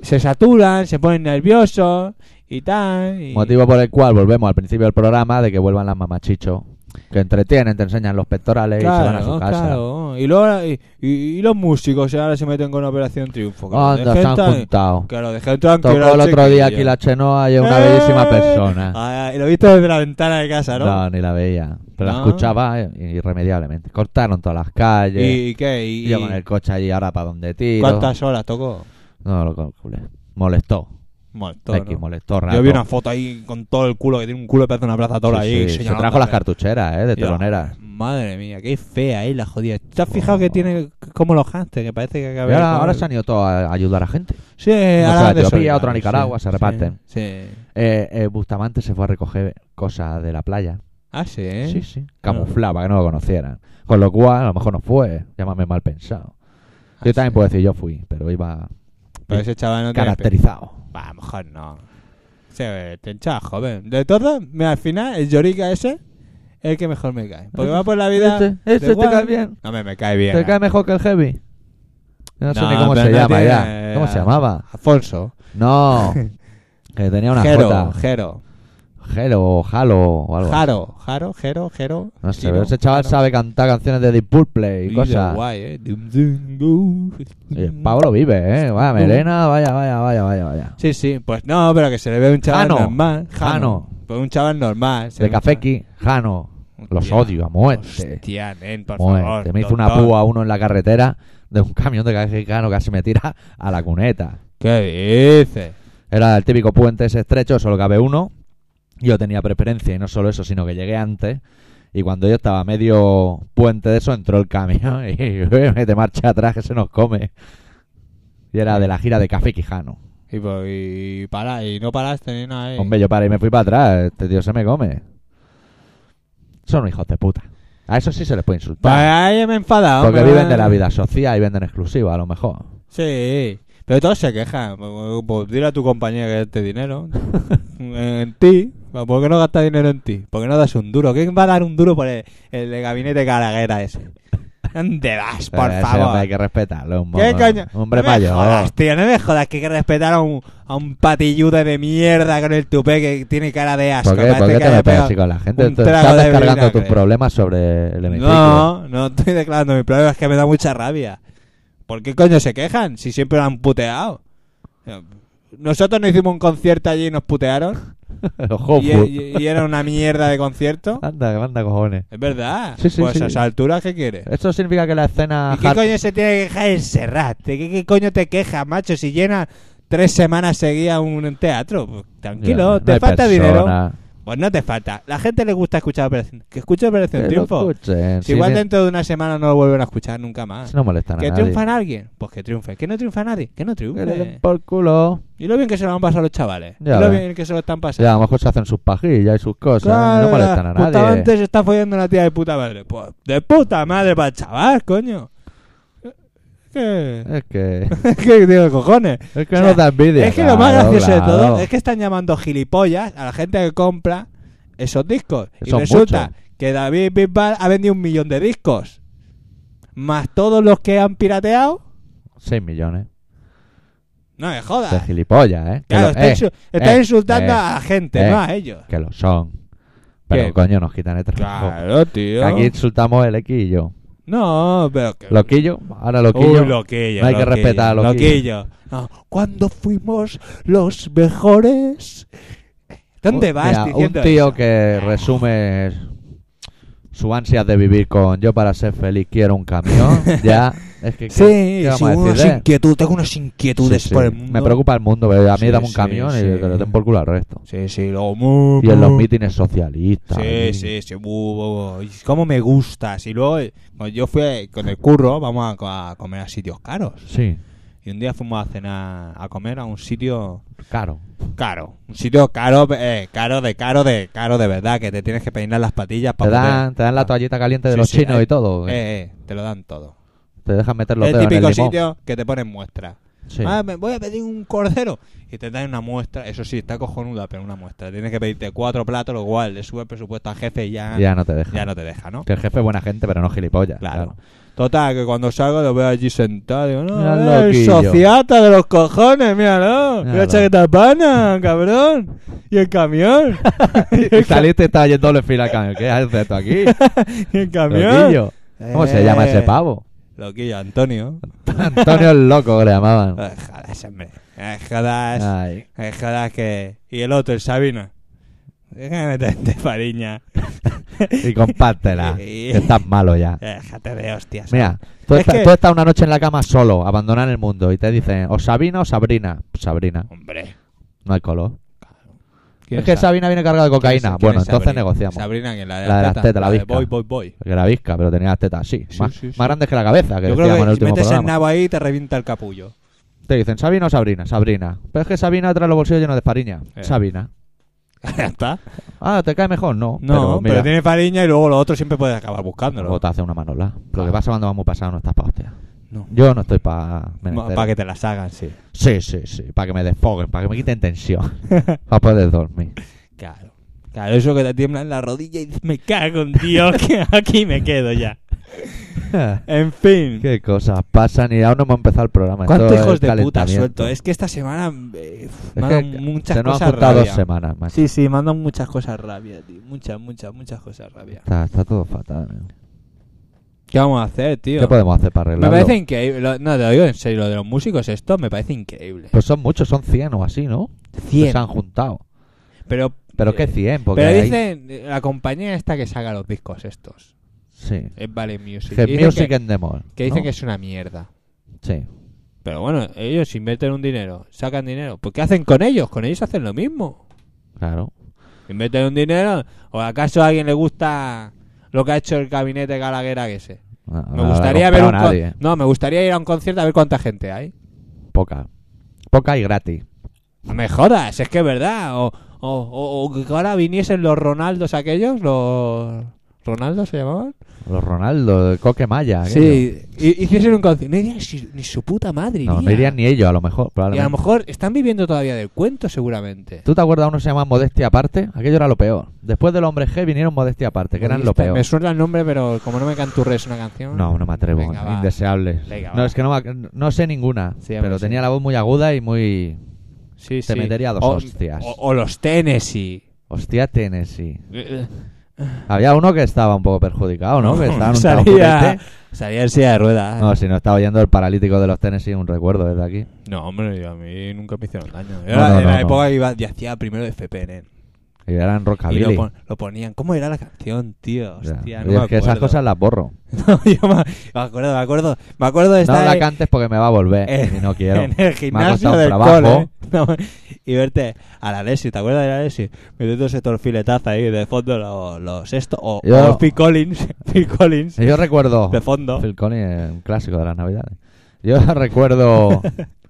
Speaker 1: se saturan, se ponen nerviosos y tal. y-
Speaker 2: Motivo por el cual volvemos al principio del programa de que vuelvan las mamachichos. Que entretienen, te enseñan los pectorales y se van a su casa.
Speaker 1: claro. Y, luego, y, y- y los músicos ahora se meten con Operación Triunfo. Que lo
Speaker 2: Anda,
Speaker 1: dejen
Speaker 2: están
Speaker 1: tan-
Speaker 2: juntados.
Speaker 1: que lo dejen tranquilo.
Speaker 2: Tocó el otro día aquí
Speaker 1: chiquillo.
Speaker 2: la Chenoa y es una
Speaker 1: ¡Eh!
Speaker 2: bellísima persona.
Speaker 1: Ah, y lo he visto desde la ventana de casa, ¿no?
Speaker 2: No, ni la veía. Pero la
Speaker 1: No.
Speaker 2: escuchaba eh, irremediablemente. Cortaron todas las calles.
Speaker 1: ¿Y, y qué? ¿Y,
Speaker 2: Yo con el coche allí ahora para donde tiro.
Speaker 1: cuántas horas tocó?
Speaker 2: No lo calculé. Molestó.
Speaker 1: Montón,
Speaker 2: X
Speaker 1: ¿no?
Speaker 2: molestó rato.
Speaker 1: Yo vi una foto ahí con todo el culo, que tiene un culo que parece una plaza toda
Speaker 2: Sí,
Speaker 1: ahí.
Speaker 2: sí, Se
Speaker 1: señalando.
Speaker 2: trajo las cartucheras, ¿eh? De teloneras.
Speaker 1: Madre mía, qué fea es la jodida. ¿Te has fijado
Speaker 2: Oh.
Speaker 1: que tiene como los hamsters? Que parece que
Speaker 2: Y
Speaker 1: acaba
Speaker 2: ahora, ahora se han ido todos a ayudar a gente.
Speaker 1: Sí,
Speaker 2: Uno
Speaker 1: Eh, ahora
Speaker 2: se va a
Speaker 1: han
Speaker 2: Etiopía,
Speaker 1: desolidario,
Speaker 2: otro a Nicaragua, se reparten.
Speaker 1: Sí.
Speaker 2: Eh, eh, Bustamante se fue a recoger cosas de la playa.
Speaker 1: Ah, sí, ¿eh?
Speaker 2: Sí, sí. Camuflaba, que no lo conocieran. Con lo cual, a lo mejor no fue. Llámame mal pensado.
Speaker 1: Ah,
Speaker 2: Yo también
Speaker 1: sí.
Speaker 2: puedo decir, yo fui, pero iba
Speaker 1: Pero ese chaval no tiene pe-
Speaker 2: caracterizado.
Speaker 1: Bah, A lo mejor no. Se te hincha joven. De todo, mira, al final, el Yorica ese es el que mejor me cae. Porque va por la vida.
Speaker 2: Este, este
Speaker 1: de
Speaker 2: te
Speaker 1: guay.
Speaker 2: cae bien.
Speaker 1: Hombre, me cae bien. ¿eh?
Speaker 2: ¿Te cae mejor que el Heavy? No, sé
Speaker 1: No,
Speaker 2: ni cómo
Speaker 1: pero
Speaker 2: se
Speaker 1: no
Speaker 2: llama
Speaker 1: tiene- eh,
Speaker 2: ya. ¿Cómo se llamaba?
Speaker 1: Alfonso.
Speaker 2: No. que tenía una
Speaker 1: Jero,
Speaker 2: jota.
Speaker 1: Jero.
Speaker 2: Jero o Jalo o algo.
Speaker 1: Jaro, Jaro, Jero, Jero.
Speaker 2: No sé,
Speaker 1: Giro,
Speaker 2: pero ese chaval
Speaker 1: Jaro.
Speaker 2: sabe cantar canciones de Deep Purple y
Speaker 1: Líder
Speaker 2: cosas.
Speaker 1: guay, ¿eh? Dum, dum, dum.
Speaker 2: Y Pablo vive, ¿eh? Vaya melena, vaya, vaya, vaya, vaya, vaya.
Speaker 1: Sí, sí, pues no, pero que se le ve un chaval
Speaker 2: Jano.
Speaker 1: normal.
Speaker 2: Jano.
Speaker 1: Pues un chaval normal. se
Speaker 2: De
Speaker 1: ve un chaval-
Speaker 2: Cafequi, Jano. Los
Speaker 1: Hostia.
Speaker 2: odio a muerte.
Speaker 1: Hostia, nen, por
Speaker 2: Muerte.
Speaker 1: favor.
Speaker 2: este, Me hizo una
Speaker 1: doctor.
Speaker 2: púa uno en la carretera de un camión de cajicano casi me tira a la cuneta.
Speaker 1: ¿Qué dices?
Speaker 2: Era el típico puente ese estrecho, solo cabe uno. Yo tenía preferencia y no solo eso, sino que llegué antes. Y cuando yo estaba a medio puente de eso, entró el camión y te marcha atrás que se nos come. Y era de la gira de Café Quijano.
Speaker 1: Y, pues, y, para, y no paraste ni nada. ¿eh?
Speaker 2: Hombre, yo paré y me fui para atrás. Este tío se me come. Son unos hijos de puta. A eso sí se les puede
Speaker 1: Pues
Speaker 2: insultar.
Speaker 1: ahí me he enfadado.
Speaker 2: porque
Speaker 1: Ah, hombre.
Speaker 2: viven de la vida social y venden exclusiva, a lo mejor.
Speaker 1: Sí, pero todos se quejan. Pues, pues, dile a tu compañía que este dinero en ti. Pues, ¿Por qué no gastas dinero en ti? ¿Por qué no das un duro? ¿Quién va a dar un duro por el, el de gabinete Caraguera ese? ¿Dónde vas, por
Speaker 2: Pero ese hombre Eh, hay
Speaker 1: favor?
Speaker 2: que respetarlo. Un
Speaker 1: ¿Qué
Speaker 2: mono-
Speaker 1: coño?
Speaker 2: un hombre
Speaker 1: no
Speaker 2: mayor.
Speaker 1: Me jodas, tío, no me jodas que hay que respetar a un, a un patilludo de mierda con el tupé que tiene cara de asco.
Speaker 2: ¿Por qué,
Speaker 1: Parece
Speaker 2: ¿Por qué
Speaker 1: que
Speaker 2: te
Speaker 1: haya
Speaker 2: metes
Speaker 1: pegado-
Speaker 2: así con la gente?
Speaker 1: un
Speaker 2: Te
Speaker 1: trago
Speaker 2: estás
Speaker 1: de
Speaker 2: descargando
Speaker 1: vinagre.
Speaker 2: tus problemas sobre el hemiciclo.
Speaker 1: No, no estoy declarando mi problema, es que me da mucha rabia. ¿Por qué coño se quejan? Si siempre lo han puteado. Nosotros no hicimos un concierto allí y nos putearon.
Speaker 2: Ojo,
Speaker 1: Y,
Speaker 2: fu-
Speaker 1: y- y era una mierda de concierto.
Speaker 2: Anda, anda, cojones.
Speaker 1: Es verdad.
Speaker 2: Sí, sí,
Speaker 1: pues
Speaker 2: sí.
Speaker 1: a esa altura, ¿qué quieres?
Speaker 2: Esto significa que la escena...
Speaker 1: ¿Y qué
Speaker 2: hard-
Speaker 1: coño se tiene que quejar el Serrat? ¿De qué, qué coño te quejas, macho? Si llena tres semanas seguidas un teatro. Pues, tranquilo,
Speaker 2: No
Speaker 1: te
Speaker 2: hay
Speaker 1: falta dinero.
Speaker 2: persona.
Speaker 1: Pues no te falta. La gente le gusta escuchar Operación. Que escuche Operación
Speaker 2: Que lo
Speaker 1: Triunfo.
Speaker 2: escuchen.
Speaker 1: Si igual
Speaker 2: ni-
Speaker 1: dentro de una semana no lo vuelven a escuchar nunca más.
Speaker 2: si no molestan
Speaker 1: ¿Que
Speaker 2: a nadie.
Speaker 1: triunfa alguien? Pues que triunfe. ¿Que no triunfa nadie? Que no
Speaker 2: Que le den
Speaker 1: triunfe.
Speaker 2: por culo.
Speaker 1: Y lo bien que se lo han pasado los chavales.
Speaker 2: Ya
Speaker 1: y lo
Speaker 2: ves.
Speaker 1: bien que se lo están pasando.
Speaker 2: Ya, a lo mejor se hacen sus pajillas y sus cosas. no molestan a nadie.
Speaker 1: Antes se está follando una tía de puta madre. Pues de puta madre para el chaval, coño. ¿Qué?
Speaker 2: Es que...
Speaker 1: ¿Qué digo, cojones?
Speaker 2: Es que
Speaker 1: O sea,
Speaker 2: nos da envidia.
Speaker 1: es que lo más
Speaker 2: claro,
Speaker 1: gracioso de
Speaker 2: claro.
Speaker 1: todo es que están llamando gilipollas a la gente que compra esos discos.
Speaker 2: Que
Speaker 1: Y
Speaker 2: son
Speaker 1: resulta
Speaker 2: muchos.
Speaker 1: que David Bisbal ha vendido un millón de discos. Más todos los que han pirateado.
Speaker 2: 6 millones.
Speaker 1: No me
Speaker 2: De
Speaker 1: jodas.
Speaker 2: gilipollas, ¿eh? Que
Speaker 1: Claro,
Speaker 2: lo-
Speaker 1: está,
Speaker 2: eh,
Speaker 1: insu- está
Speaker 2: eh,
Speaker 1: insultando
Speaker 2: eh,
Speaker 1: a la gente,
Speaker 2: eh.
Speaker 1: no a ellos.
Speaker 2: Que lo son. Pero,
Speaker 1: ¿Qué?
Speaker 2: coño, nos quitan el trabajo.
Speaker 1: tío.
Speaker 2: Que Aquí insultamos el equillo.
Speaker 1: No, pero que...
Speaker 2: Loquillo, ahora
Speaker 1: Uy,
Speaker 2: loquillo.
Speaker 1: loquillo,
Speaker 2: No hay que respetar a loquillo.
Speaker 1: loquillo. No, Cuando fuimos los mejores... ¿Dónde vas
Speaker 2: Oh, Mira,
Speaker 1: diciendo
Speaker 2: un tío
Speaker 1: eso?
Speaker 2: que resume su ansias de vivir con yo para ser feliz quiero un camión. ya, es que. ¿qué-
Speaker 1: Sí,
Speaker 2: qué
Speaker 1: sí,
Speaker 2: vamos a
Speaker 1: unas
Speaker 2: decirle?
Speaker 1: inquietud, tengo unas inquietudes
Speaker 2: Sí, sí.
Speaker 1: por el mundo.
Speaker 2: Me preocupa el mundo, pero a mí
Speaker 1: Sí,
Speaker 2: dame un
Speaker 1: sí,
Speaker 2: camión y
Speaker 1: sí.
Speaker 2: que le den por culo al resto.
Speaker 1: Sí, sí, luego... mu,
Speaker 2: Y en los
Speaker 1: mu.
Speaker 2: mítines socialistas.
Speaker 1: Sí,
Speaker 2: y-
Speaker 1: sí, sí, bu, bu, bu. Y cómo me gustas. Y luego, eh, cuando yo fui eh, con el curro, vamos a, a comer a sitios caros.
Speaker 2: Sí.
Speaker 1: Y Y un día fuimos a cenar, a comer a un sitio
Speaker 2: Caro.
Speaker 1: caro. Un sitio caro, eh, caro de caro de caro de verdad, que te tienes que peinar las patillas
Speaker 2: Te
Speaker 1: para
Speaker 2: dan, te dan la toallita caliente de
Speaker 1: Sí,
Speaker 2: los
Speaker 1: sí,
Speaker 2: chinos
Speaker 1: eh,
Speaker 2: y todo.
Speaker 1: Eh, eh, te lo dan todo.
Speaker 2: Te dejan meter los
Speaker 1: El
Speaker 2: dedos en el
Speaker 1: típico
Speaker 2: limón.
Speaker 1: sitio que te ponen muestra.
Speaker 2: Sí.
Speaker 1: Ah, me voy a pedir un cordero. Y te dan una muestra. Eso sí, está cojonuda, pero una muestra. Tienes que pedirte cuatro platos, lo cual le sube el presupuesto al jefe y ya,
Speaker 2: Ya no te dejan.
Speaker 1: ya no te deja, ¿no?
Speaker 2: Que el jefe es buena gente, pero no gilipollas.
Speaker 1: Claro. Total, que cuando salgo lo veo allí sentado. Digo, no,
Speaker 2: Mira,
Speaker 1: eh, el
Speaker 2: loquillo.
Speaker 1: sociata de los cojones, míralo. Mira
Speaker 2: Míralo.
Speaker 1: la chaqueta pana, cabrón. Y el camión. y
Speaker 2: Y
Speaker 1: el, ca-
Speaker 2: saliste y estaba yendo doble fila al camión. ¿Qué haces tú aquí?
Speaker 1: y el camión.
Speaker 2: Loquillo. ¿Cómo se llama
Speaker 1: Eh,
Speaker 2: ese pavo?
Speaker 1: Loquillo, Antonio.
Speaker 2: Antonio el loco que le llamaban.
Speaker 1: Eh, Jodas, hombre. Eh, Jodas.
Speaker 2: Ay.
Speaker 1: Eh, jodas que... Y el otro, el Sabino. Déjame meterte pariña.
Speaker 2: Y compártela.
Speaker 1: Y-
Speaker 2: que estás malo ya.
Speaker 1: Déjate de hostias.
Speaker 2: Mira, tú,
Speaker 1: Es
Speaker 2: estás-
Speaker 1: que-
Speaker 2: tú estás una noche en la cama solo, abandonado en el mundo, y te dicen, o Sabina o Sabrina. Sabrina,
Speaker 1: Hombre.
Speaker 2: no hay color.
Speaker 1: ¿quién
Speaker 2: Es que
Speaker 1: sa-
Speaker 2: Sabina viene cargada de
Speaker 1: quién
Speaker 2: cocaína.
Speaker 1: sa- quién
Speaker 2: Bueno,
Speaker 1: es
Speaker 2: entonces
Speaker 1: Sabrina?
Speaker 2: negociamos.
Speaker 1: Sabrina, que la de
Speaker 2: La de las tetas, la
Speaker 1: de
Speaker 2: bizca.
Speaker 1: Voy, voy, voy.
Speaker 2: Porque era visca, pero tenía las tetas así.
Speaker 1: Sí,
Speaker 2: más,
Speaker 1: sí, sí.
Speaker 2: más grandes que la cabeza, que
Speaker 1: Yo
Speaker 2: decíamos
Speaker 1: creo
Speaker 2: en
Speaker 1: que
Speaker 2: el
Speaker 1: si
Speaker 2: último
Speaker 1: metes el
Speaker 2: programa.
Speaker 1: nabo ahí te revienta el capullo.
Speaker 2: Te dicen, ¿Sabina o Sabrina? Sabrina. Pero es que Sabina trae los bolsillos llenos de fariña.
Speaker 1: Eh.
Speaker 2: Sabina.
Speaker 1: ya está.
Speaker 2: Ah, ¿te cae mejor? No.
Speaker 1: No, pero,
Speaker 2: mira,
Speaker 1: tiene fariña y luego lo otro siempre puedes acabar buscándolo.
Speaker 2: O te hace una manola. Lo que
Speaker 1: Claro.
Speaker 2: pasa cuando vamos pasado no estás pa' hostia.
Speaker 1: No.
Speaker 2: Yo no estoy para...
Speaker 1: Para que te las hagan, sí.
Speaker 2: Sí, sí, sí. Para que me desfoguen, para que me quiten tensión. para poder dormir.
Speaker 1: Claro. Claro, eso que te tiembla en la rodilla y dices, me cago en Dios, que aquí me quedo ya. En fin.
Speaker 2: Qué cosas pasan y aún no hemos empezado el programa.
Speaker 1: ¿Cuántos
Speaker 2: Esto es
Speaker 1: hijos de puta
Speaker 2: calentamiento.
Speaker 1: suelto? Es que esta semana eh,
Speaker 2: Es
Speaker 1: me han
Speaker 2: que
Speaker 1: dado muchas
Speaker 2: se nos han
Speaker 1: cosas
Speaker 2: juntado
Speaker 1: rabia.
Speaker 2: dos semanas, macho.
Speaker 1: Sí, sí, me han dado muchas cosas rabia, tío. Muchas, muchas, muchas cosas rabia.
Speaker 2: Está, está todo fatal. eh.
Speaker 1: ¿Qué vamos a hacer, tío?
Speaker 2: ¿Qué podemos hacer para
Speaker 1: me
Speaker 2: arreglarlo?
Speaker 1: parece increíble. Lo- No, te lo digo en serio, lo de los músicos, esto me parece increíble.
Speaker 2: Pues son muchos, son 100 o así, ¿no? Que
Speaker 1: 100.
Speaker 2: Se han juntado.
Speaker 1: Pero,
Speaker 2: Pero que 100, porque
Speaker 1: pero
Speaker 2: ahí-
Speaker 1: dicen eh, la compañía esta que saca los discos estos.
Speaker 2: Sí.
Speaker 1: Es Vale Music.
Speaker 2: Head
Speaker 1: Dicen
Speaker 2: Music
Speaker 1: que,
Speaker 2: and Demol.
Speaker 1: que dicen
Speaker 2: ¿no?
Speaker 1: que es una mierda.
Speaker 2: Sí.
Speaker 1: Pero bueno, ellos invierten un dinero, sacan dinero. ¿Por qué hacen con ellos? Con ellos hacen lo mismo.
Speaker 2: Claro.
Speaker 1: Invierten un dinero. ¿O acaso a alguien le gusta lo que ha hecho el gabinete Galaguer ese?
Speaker 2: No, no
Speaker 1: Me
Speaker 2: la
Speaker 1: gustaría
Speaker 2: ha
Speaker 1: ver un
Speaker 2: comprado
Speaker 1: con-
Speaker 2: nadie. ¿eh?
Speaker 1: No, me gustaría ir a un concierto a ver cuánta gente hay.
Speaker 2: Poca. Poca y gratis.
Speaker 1: No me jodas, es que es verdad. O, o, o- o que ahora viniesen los Ronaldos aquellos, los... ¿Ronaldo se llamaban?
Speaker 2: Los Ronaldo, el Coque Maya. aquello.
Speaker 1: Sí, y- hiciesen un concierto. No irían si- ni su puta madre.
Speaker 2: No, no
Speaker 1: iría.
Speaker 2: irían ni ellos, a lo mejor.
Speaker 1: Y a
Speaker 2: Probablemente.
Speaker 1: lo mejor están viviendo todavía del cuento, seguramente.
Speaker 2: ¿Tú te acuerdas de uno que se llama Modestia Aparte? Aquello era lo peor. Después del Hombre G vinieron Modestia Aparte, que eran lo
Speaker 1: Modista,
Speaker 2: peor.
Speaker 1: Me suena el nombre, pero como no me canturres una canción.
Speaker 2: No, no me atrevo.
Speaker 1: Venga, va.
Speaker 2: Indeseables.
Speaker 1: Venga,
Speaker 2: no,
Speaker 1: va.
Speaker 2: es que no, me ac- no sé ninguna.
Speaker 1: Sí, hombre,
Speaker 2: pero
Speaker 1: sí.
Speaker 2: tenía la voz muy aguda y muy.
Speaker 1: Sí,
Speaker 2: Te
Speaker 1: sí.
Speaker 2: metería dos
Speaker 1: o,
Speaker 2: hostias.
Speaker 1: O, o los Tennessee.
Speaker 2: Hostia, Tennessee.
Speaker 1: Eh,
Speaker 2: Había uno que estaba un poco perjudicado, ¿no? Que estaba en un
Speaker 1: salía,
Speaker 2: taburete.
Speaker 1: salía en silla de ruedas.
Speaker 2: No, si no estaba oyendo el paralítico de los Tennessee, un recuerdo desde aquí.
Speaker 1: No, hombre, yo a mí nunca me hicieron daño.
Speaker 2: No,
Speaker 1: Era
Speaker 2: no,
Speaker 1: en
Speaker 2: no,
Speaker 1: la
Speaker 2: no.
Speaker 1: época que iba, yo hacía primero de FPN.
Speaker 2: Y eran
Speaker 1: Y lo,
Speaker 2: rockabilly.
Speaker 1: pon- lo ponían. ¿Cómo era la canción, tío?
Speaker 2: Ya.
Speaker 1: Hostia,
Speaker 2: Y
Speaker 1: no me
Speaker 2: es que esas
Speaker 1: acuerdo.
Speaker 2: cosas las borro.
Speaker 1: No, yo me, me acuerdo, me acuerdo. Me acuerdo de
Speaker 2: No
Speaker 1: estar
Speaker 2: la
Speaker 1: ahí
Speaker 2: cantes porque me va a volver.
Speaker 1: en-
Speaker 2: y no quiero.
Speaker 1: Eh, en el gimnasio
Speaker 2: un
Speaker 1: del
Speaker 2: trabajo.
Speaker 1: cole. No, y verte a la Lesi, ¿te acuerdas de la Lesi? Metiendo ese torfiletazo ahí de fondo los, los esto. O,
Speaker 2: Yo-
Speaker 1: o Phil Collins. Phil Collins.
Speaker 2: Yo recuerdo.
Speaker 1: De fondo.
Speaker 2: Phil Collins es un clásico de las navidades. Yo recuerdo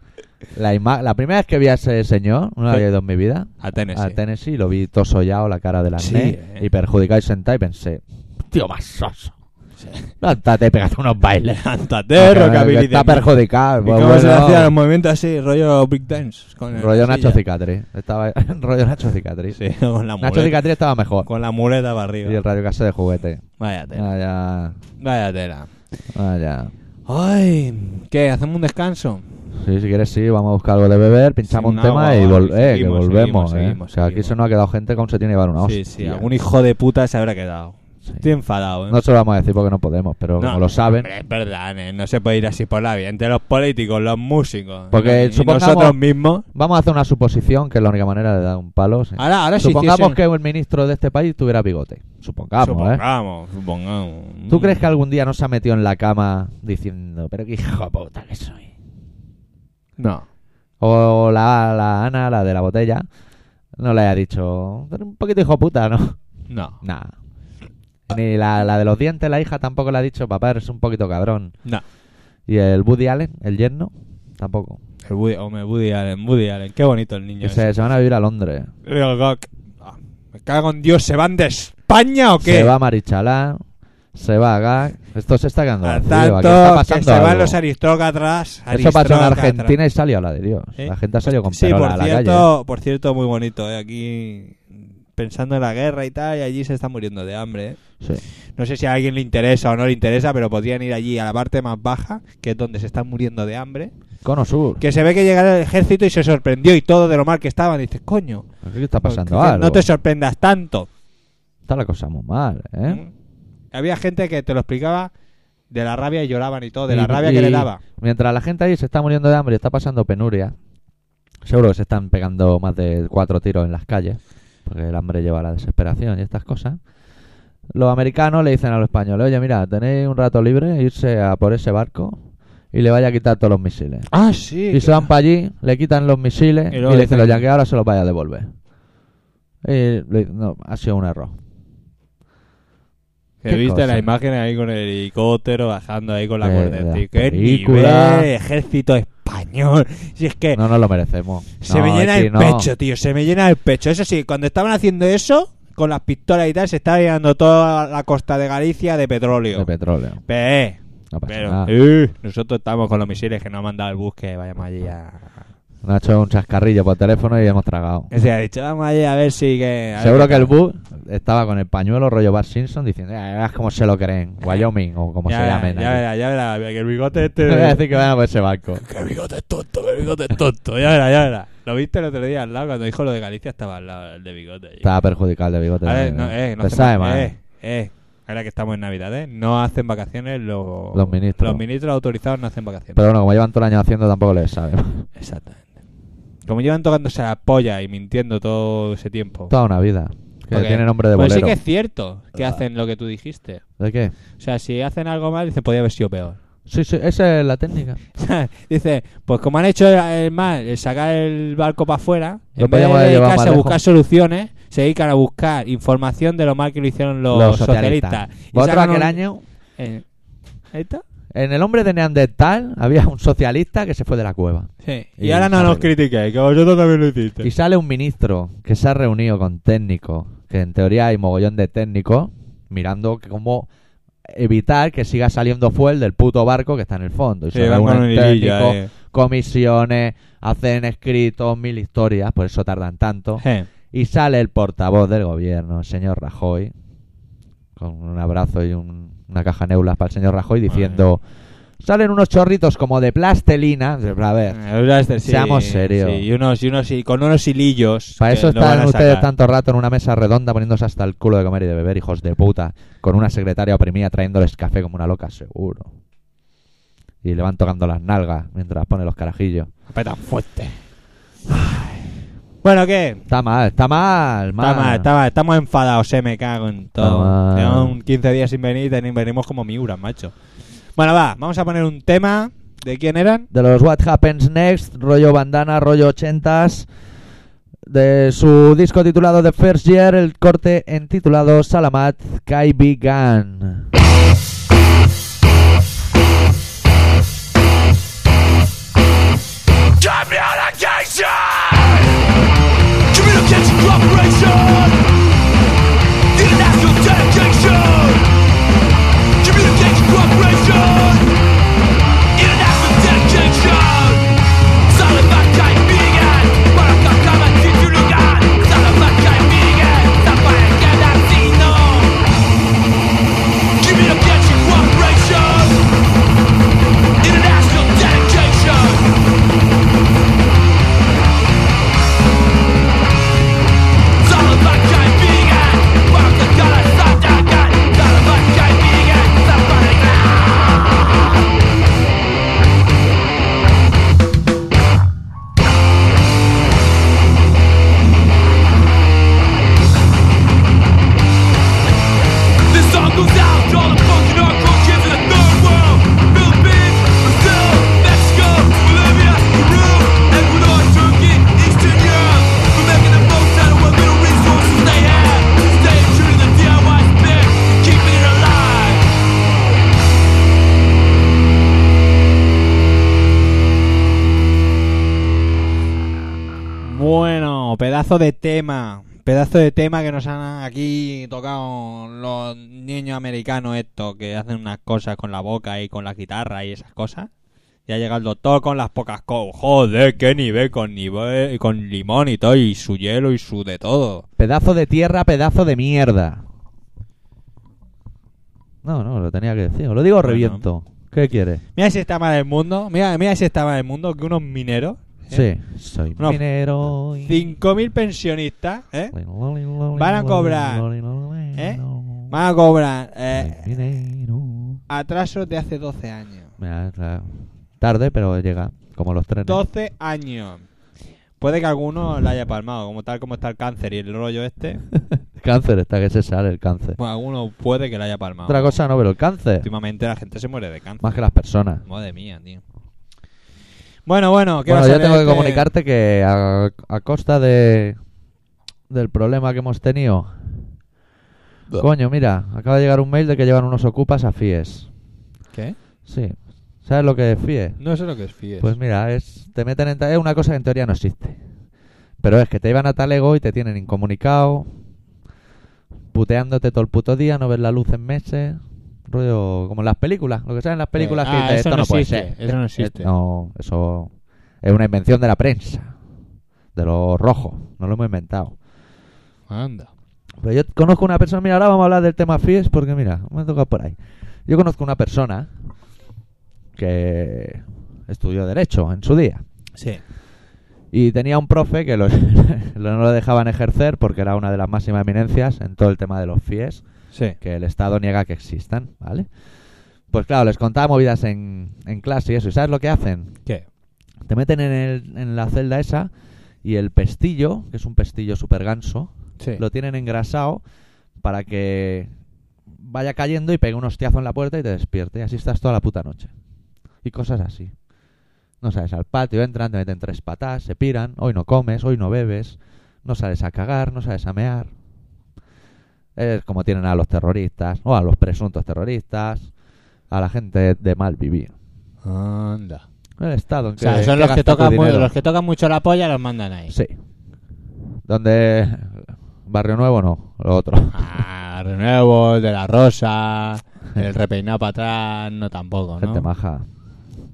Speaker 2: la, ima- la primera vez que vi a ese señor, no lo había ido en mi vida,
Speaker 1: A Tennessee.
Speaker 2: a Tennessee, lo vi todo sollado, la cara del
Speaker 1: Sí,
Speaker 2: andén,
Speaker 1: eh.
Speaker 2: y perjudicado y sentado y pensé, tío más soso,
Speaker 1: Sí.
Speaker 2: levántate y pegate unos bailes.
Speaker 1: Levántate,
Speaker 2: Ah, Que- que
Speaker 1: rockabilly.
Speaker 2: Está
Speaker 1: de
Speaker 2: perjudicado.
Speaker 1: mierda. ¿Y
Speaker 2: pues
Speaker 1: cómo se
Speaker 2: bueno,
Speaker 1: hacía los movimientos así, rollo Big Dance? Con el-
Speaker 2: rollo
Speaker 1: sí,
Speaker 2: Nacho
Speaker 1: ya.
Speaker 2: Cicatriz. Estaba rollo Nacho Cicatriz.
Speaker 1: Sí, con la
Speaker 2: Nacho
Speaker 1: muleta.
Speaker 2: Cicatriz estaba mejor.
Speaker 1: Con la muleta para
Speaker 2: Y
Speaker 1: arriba.
Speaker 2: el radio de juguete. Ah,
Speaker 1: Vaya tela.
Speaker 2: Vaya,
Speaker 1: Vaya tela.
Speaker 2: vaya.
Speaker 1: Ay, ¿qué? ¿Hacemos un descanso?
Speaker 2: Sí, si quieres, sí, vamos a buscar algo de beber, pinchamos
Speaker 1: Sin
Speaker 2: un tema
Speaker 1: agua,
Speaker 2: y
Speaker 1: vale,
Speaker 2: vol- eh,
Speaker 1: seguimos,
Speaker 2: que volvemos.
Speaker 1: seguimos,
Speaker 2: eh.
Speaker 1: seguimos,
Speaker 2: O sea, aquí
Speaker 1: seguimos.
Speaker 2: se nos ha quedado gente como se tiene que llevar una
Speaker 1: sí,
Speaker 2: hostia.
Speaker 1: sí, algún hijo de puta se habrá quedado. Estoy enfadado, ¿eh?
Speaker 2: No se lo vamos a decir porque no podemos, pero
Speaker 1: No,
Speaker 2: como lo saben.
Speaker 1: hombre, es verdad, nen, no se puede ir así por la vida. Entre los políticos, los músicos.
Speaker 2: Porque
Speaker 1: y
Speaker 2: supongamos-
Speaker 1: nosotros mismos.
Speaker 2: Vamos a hacer una suposición que es la única manera de dar un palo. sí.
Speaker 1: Ahora, ahora sí
Speaker 2: supongamos que el ministro de este país tuviera bigote. Supongamos, ¿eh?
Speaker 1: Supongamos, supongamos.
Speaker 2: ¿Tú crees que algún día no se ha metido en la cama diciendo, pero qué hijo de puta que soy?
Speaker 1: No.
Speaker 2: O la, la Ana, la de la botella, no le haya dicho, "Eres un poquito hijo de puta, ¿no?
Speaker 1: No.
Speaker 2: Nah. Ni la, la de los dientes, la hija tampoco le ha dicho, papá, eres un poquito cabrón.
Speaker 1: No.
Speaker 2: Y el Woody Allen, el yerno, Tampoco.
Speaker 1: El Woody, hombre, Woody Allen, Woody Allen. Qué bonito el niño.
Speaker 2: Que se, se van a vivir a Londres.
Speaker 1: ese. Real Gok. Ah, Me cago en Dios, ¿se van de España o qué?
Speaker 2: Se va Marichalá, se va Gag. Esto se está quedando
Speaker 1: A
Speaker 2: vacío,
Speaker 1: tanto
Speaker 2: aquí está
Speaker 1: que
Speaker 2: pasando
Speaker 1: se van
Speaker 2: algo.
Speaker 1: los aristócratas.
Speaker 2: Eso pasó en
Speaker 1: aristócratas.
Speaker 2: Argentina y salió a la de Dios.
Speaker 1: ¿Eh?
Speaker 2: La gente ha salido con
Speaker 1: Sí,
Speaker 2: perola
Speaker 1: por
Speaker 2: a la calle. ¿eh?
Speaker 1: cierto, por cierto, muy bonito. ¿eh? Aquí pensando en la guerra y tal, y allí se está muriendo de hambre. ¿eh?
Speaker 2: Sí.
Speaker 1: No sé si a alguien le interesa o no le interesa, pero podrían ir allí a la parte más baja, que es donde se están muriendo de hambre.
Speaker 2: Cono Sur.
Speaker 1: Que se ve que llegara el ejército y se sorprendió y todo de lo mal que estaban. Dices, coño,
Speaker 2: Aquí está pasando
Speaker 1: que- que
Speaker 2: algo.
Speaker 1: no te sorprendas tanto.
Speaker 2: Está la cosa muy mal, ¿eh?
Speaker 1: ¿Mm? Había gente que te lo explicaba de la rabia y lloraban y todo, de la
Speaker 2: Y-
Speaker 1: rabia que
Speaker 2: y
Speaker 1: le daba.
Speaker 2: Mientras la gente ahí se está muriendo de hambre y está pasando penuria, seguro que se están pegando más de cuatro tiros en las calles, porque el hambre lleva a la desesperación y estas cosas. Los americanos le dicen a los españoles, oye, mira, tenéis un rato libre, irse a por ese barco y le vaya a quitar todos los misiles.
Speaker 1: Ah, sí.
Speaker 2: Y se van para allí, le quitan los misiles
Speaker 1: Y
Speaker 2: y,
Speaker 1: luego
Speaker 2: le
Speaker 1: dicen-
Speaker 2: dicen los yanquis ahora se los vaya a devolver. Y le- no, ha sido un error.
Speaker 1: Que
Speaker 2: Qué
Speaker 1: viste
Speaker 2: cosa.
Speaker 1: las imágenes ahí con el helicóptero bajando ahí con la
Speaker 2: De-
Speaker 1: corneta.
Speaker 2: de
Speaker 1: Y
Speaker 2: la
Speaker 1: ¡Qué
Speaker 2: película.
Speaker 1: nivel! Ejército español. Si es que
Speaker 2: No nos lo merecemos.
Speaker 1: Eh. se
Speaker 2: No,
Speaker 1: me llena
Speaker 2: es que
Speaker 1: el
Speaker 2: no.
Speaker 1: pecho, tío. Se me llena el pecho. Eso sí, cuando estaban haciendo eso, con las pistolas y tal, se estaba llenando toda la costa de Galicia de petróleo.
Speaker 2: De petróleo.
Speaker 1: Pe-
Speaker 2: No pasa
Speaker 1: pero
Speaker 2: nada.
Speaker 1: eh, nosotros estamos con los misiles que nos ha mandado el bus que vayamos allí a...
Speaker 2: Nacho un chascarrillo por teléfono y hemos tragado.
Speaker 1: Que se ha dicho, vamos allí a ver si... Que, a ver
Speaker 2: Seguro
Speaker 1: qué
Speaker 2: que el
Speaker 1: tal.
Speaker 2: bus estaba con el pañuelo rollo Bart Simpson diciendo, "Ah, verás cómo se lo creen, Wyoming o como
Speaker 1: Ya
Speaker 2: se
Speaker 1: verá,
Speaker 2: llamen.
Speaker 1: ya
Speaker 2: allí".
Speaker 1: verá, ya verá, que el bigote este...
Speaker 2: Voy a decir que van a por ese barco.
Speaker 1: Que bigote es tonto, que bigote es tonto. Ya verás, ya verás. Lo viste el otro día al lado, cuando dijo lo de Galicia estaba al lado el de bigote. allí.
Speaker 2: Estaba perjudicado el de bigote.
Speaker 1: A ver,
Speaker 2: también,
Speaker 1: no, eh, no
Speaker 2: Te
Speaker 1: hacen-
Speaker 2: sabe mal.
Speaker 1: Eh, eh, ahora que estamos en Navidad, ¿eh? No hacen vacaciones los,
Speaker 2: Los ministros.
Speaker 1: Los ministros autorizados no hacen vacaciones.
Speaker 2: Pero bueno, como llevan todo el año haciendo, tampoco les sabe.
Speaker 1: Exactamente. Como llevan tocándose la polla y mintiendo todo ese tiempo.
Speaker 2: Toda una vida. Que
Speaker 1: Porque-
Speaker 2: tiene nombre de
Speaker 1: Pues
Speaker 2: bolero. Ah.
Speaker 1: sí que es cierto que hacen lo que tú dijiste.
Speaker 2: ¿De qué?
Speaker 1: O sea, si hacen algo mal, dice, podía haber sido peor.
Speaker 2: Sí, sí, esa es la técnica.
Speaker 1: Dice, pues como han hecho el, el mal, el sacar el barco para afuera,
Speaker 2: Lo
Speaker 1: en vez
Speaker 2: podíamos
Speaker 1: de
Speaker 2: haber llevado
Speaker 1: dedicarse a
Speaker 2: más
Speaker 1: buscar
Speaker 2: lejos.
Speaker 1: soluciones, se dedican a buscar información de lo mal que lo hicieron los, socialistas. Y
Speaker 2: Vosotros
Speaker 1: sacan
Speaker 2: aquel
Speaker 1: un-
Speaker 2: año,
Speaker 1: eh, ¿Ahí está?
Speaker 2: en el hombre de Neandertal, había un socialista que se fue de la cueva.
Speaker 1: Sí. Y,
Speaker 2: Y
Speaker 1: ahora no
Speaker 2: sale.
Speaker 1: nos critiquéis, que vosotros también lo hiciste.
Speaker 2: Y sale un ministro que se ha reunido con técnicos, que en teoría hay mogollón de técnicos, mirando que cómo evitar que siga saliendo fuel del puto barco que está en el fondo. Y
Speaker 1: Sí,
Speaker 2: se
Speaker 1: van con un
Speaker 2: reúnen
Speaker 1: hilillo,
Speaker 2: técnicos,
Speaker 1: eh.
Speaker 2: comisiones, hacen escritos, mil historias, por eso tardan tanto.
Speaker 1: Eh.
Speaker 2: Y sale el portavoz del gobierno, el señor Rajoy, con un abrazo y un- una caja neulas para el señor Rajoy, diciendo... Salen unos chorritos como de plastelina. A ver,
Speaker 1: Eh, ahora este sí,
Speaker 2: Seamos serios.
Speaker 1: sí, y unos, y unos, y con unos hilillos.
Speaker 2: Para
Speaker 1: que
Speaker 2: eso
Speaker 1: lo van
Speaker 2: están
Speaker 1: a
Speaker 2: ustedes
Speaker 1: sacar.
Speaker 2: tanto rato en una mesa redonda poniéndose hasta el culo de comer y de beber, hijos de puta, con una secretaria oprimida trayéndoles café como una loca, seguro. Y le van tocando las nalgas mientras pone los carajillos.
Speaker 1: Apretan fuerte. Bueno, ¿qué?
Speaker 2: Está mal, está mal, mal.
Speaker 1: Está mal, está mal, estamos enfadados, se me cago en todo.
Speaker 2: mal.
Speaker 1: Llevamos 15 días sin venir y teni- venimos como miura, macho. Bueno, va, vamos a poner un tema. ¿De quién eran?
Speaker 2: De los What Happens Next, rollo bandana, rollo ochentas. De su disco titulado The First Year, el corte intitulado Salamat Kai Began.
Speaker 4: Communication! Communication cooperation! International dedication! Communication cooperation! International dedication! Salamanca y Miguel, para cantar en tu lugar. Salamanca y Miguel, zapare que latino. Communication cooperation! International dedication!
Speaker 1: pedazo de tema, pedazo de tema que nos han aquí tocado los niños americanos estos que hacen unas cosas con la boca y con la guitarra y esas cosas. Ya llega el doctor con las pocas cosas. Joder, qué nivel con nivel, con limón y todo, y su hielo y su de todo.
Speaker 2: Pedazo de tierra, pedazo de mierda. No, no, lo tenía que decir. Lo digo o
Speaker 1: Bueno.
Speaker 2: reviento. ¿Qué quieres?
Speaker 1: Mira ese tema del mundo, mira, mira ese tema del mundo que unos mineros, ¿eh?
Speaker 2: Sí, soy
Speaker 1: No.
Speaker 2: minero. y-
Speaker 1: 5.000 pensionistas, ¿eh? Van a cobrar, ¿eh? Van a cobrar eh,
Speaker 2: Soy minero.
Speaker 1: atrasos de hace 12 años.
Speaker 2: Mira, la- Tarde, pero llega. Como los trenes.
Speaker 1: 12 años. Puede que alguno la haya palmado, como tal como está el cáncer y el rollo este.
Speaker 2: cáncer, está que se sale el cáncer.
Speaker 1: Pues alguno puede que la haya palmado.
Speaker 2: Otra cosa no, pero el cáncer.
Speaker 1: Últimamente la gente se muere de cáncer.
Speaker 2: Más que las personas.
Speaker 1: Madre mía, tío. Bueno, bueno, ¿qué
Speaker 2: Bueno,
Speaker 1: vas a
Speaker 2: yo
Speaker 1: leer
Speaker 2: tengo que
Speaker 1: este?
Speaker 2: comunicarte que a, a costa de del problema que hemos tenido. Coño, mira, acaba de llegar un mail de que llevan unos ocupas a FIES.
Speaker 1: ¿Qué?
Speaker 2: Sí. ¿Sabes lo que es E FIES?
Speaker 1: No sé lo que es FIES.
Speaker 2: Pues mira, es te meten en ta- es una cosa que en teoría no existe. Pero es que te llevan a talego y te tienen incomunicado, puteándote todo el puto día, no ves la luz en meses, rollo como en las películas, lo que sale en las películas
Speaker 1: Eh,
Speaker 2: que
Speaker 1: ah,
Speaker 2: dices,
Speaker 1: eso
Speaker 2: esto
Speaker 1: no
Speaker 2: no, puede
Speaker 1: existe,
Speaker 2: ser.
Speaker 1: eso no
Speaker 2: Eh,
Speaker 1: existe.
Speaker 2: no, eso es una invención de la prensa, de los rojos, no lo hemos inventado.
Speaker 1: Anda.
Speaker 2: Pero yo conozco una persona, mira, ahora vamos a hablar del tema FIES porque mira, me ha tocado por ahí. Yo conozco una persona que estudió Derecho en su día.
Speaker 1: Sí.
Speaker 2: Y tenía un profe que lo- no lo dejaban ejercer porque era una de las máximas eminencias en todo el tema de los FIES,
Speaker 1: Sí.
Speaker 2: que el Estado niega que existan, ¿vale? Pues claro, les contaba movidas en, en clase y eso. ¿Y sabes lo que hacen?
Speaker 1: ¿Qué?
Speaker 2: Te meten en, el- en la celda esa y el pestillo, que es un pestillo súper ganso,
Speaker 1: Sí.
Speaker 2: lo tienen engrasado para que vaya cayendo y pegue un hostiazo en la puerta y te despierte. Y así estás toda la puta noche. Y cosas así. No sales al patio, entran, te meten tres patas, se piran, hoy no comes, hoy no bebes, no sales a cagar, no sales a mear. Es como tienen a los terroristas, o a los presuntos terroristas, a la gente de mal vivir.
Speaker 1: Anda.
Speaker 2: El Estado en
Speaker 1: O sea, son los que, tocan mu- los que tocan mucho la polla los mandan ahí.
Speaker 2: Sí. Donde... Barrio Nuevo no, lo otro.
Speaker 1: Ah, Renuevo, el de la Rosa, el repeinado para atrás, no tampoco,
Speaker 2: Gente
Speaker 1: ¿no?
Speaker 2: maja.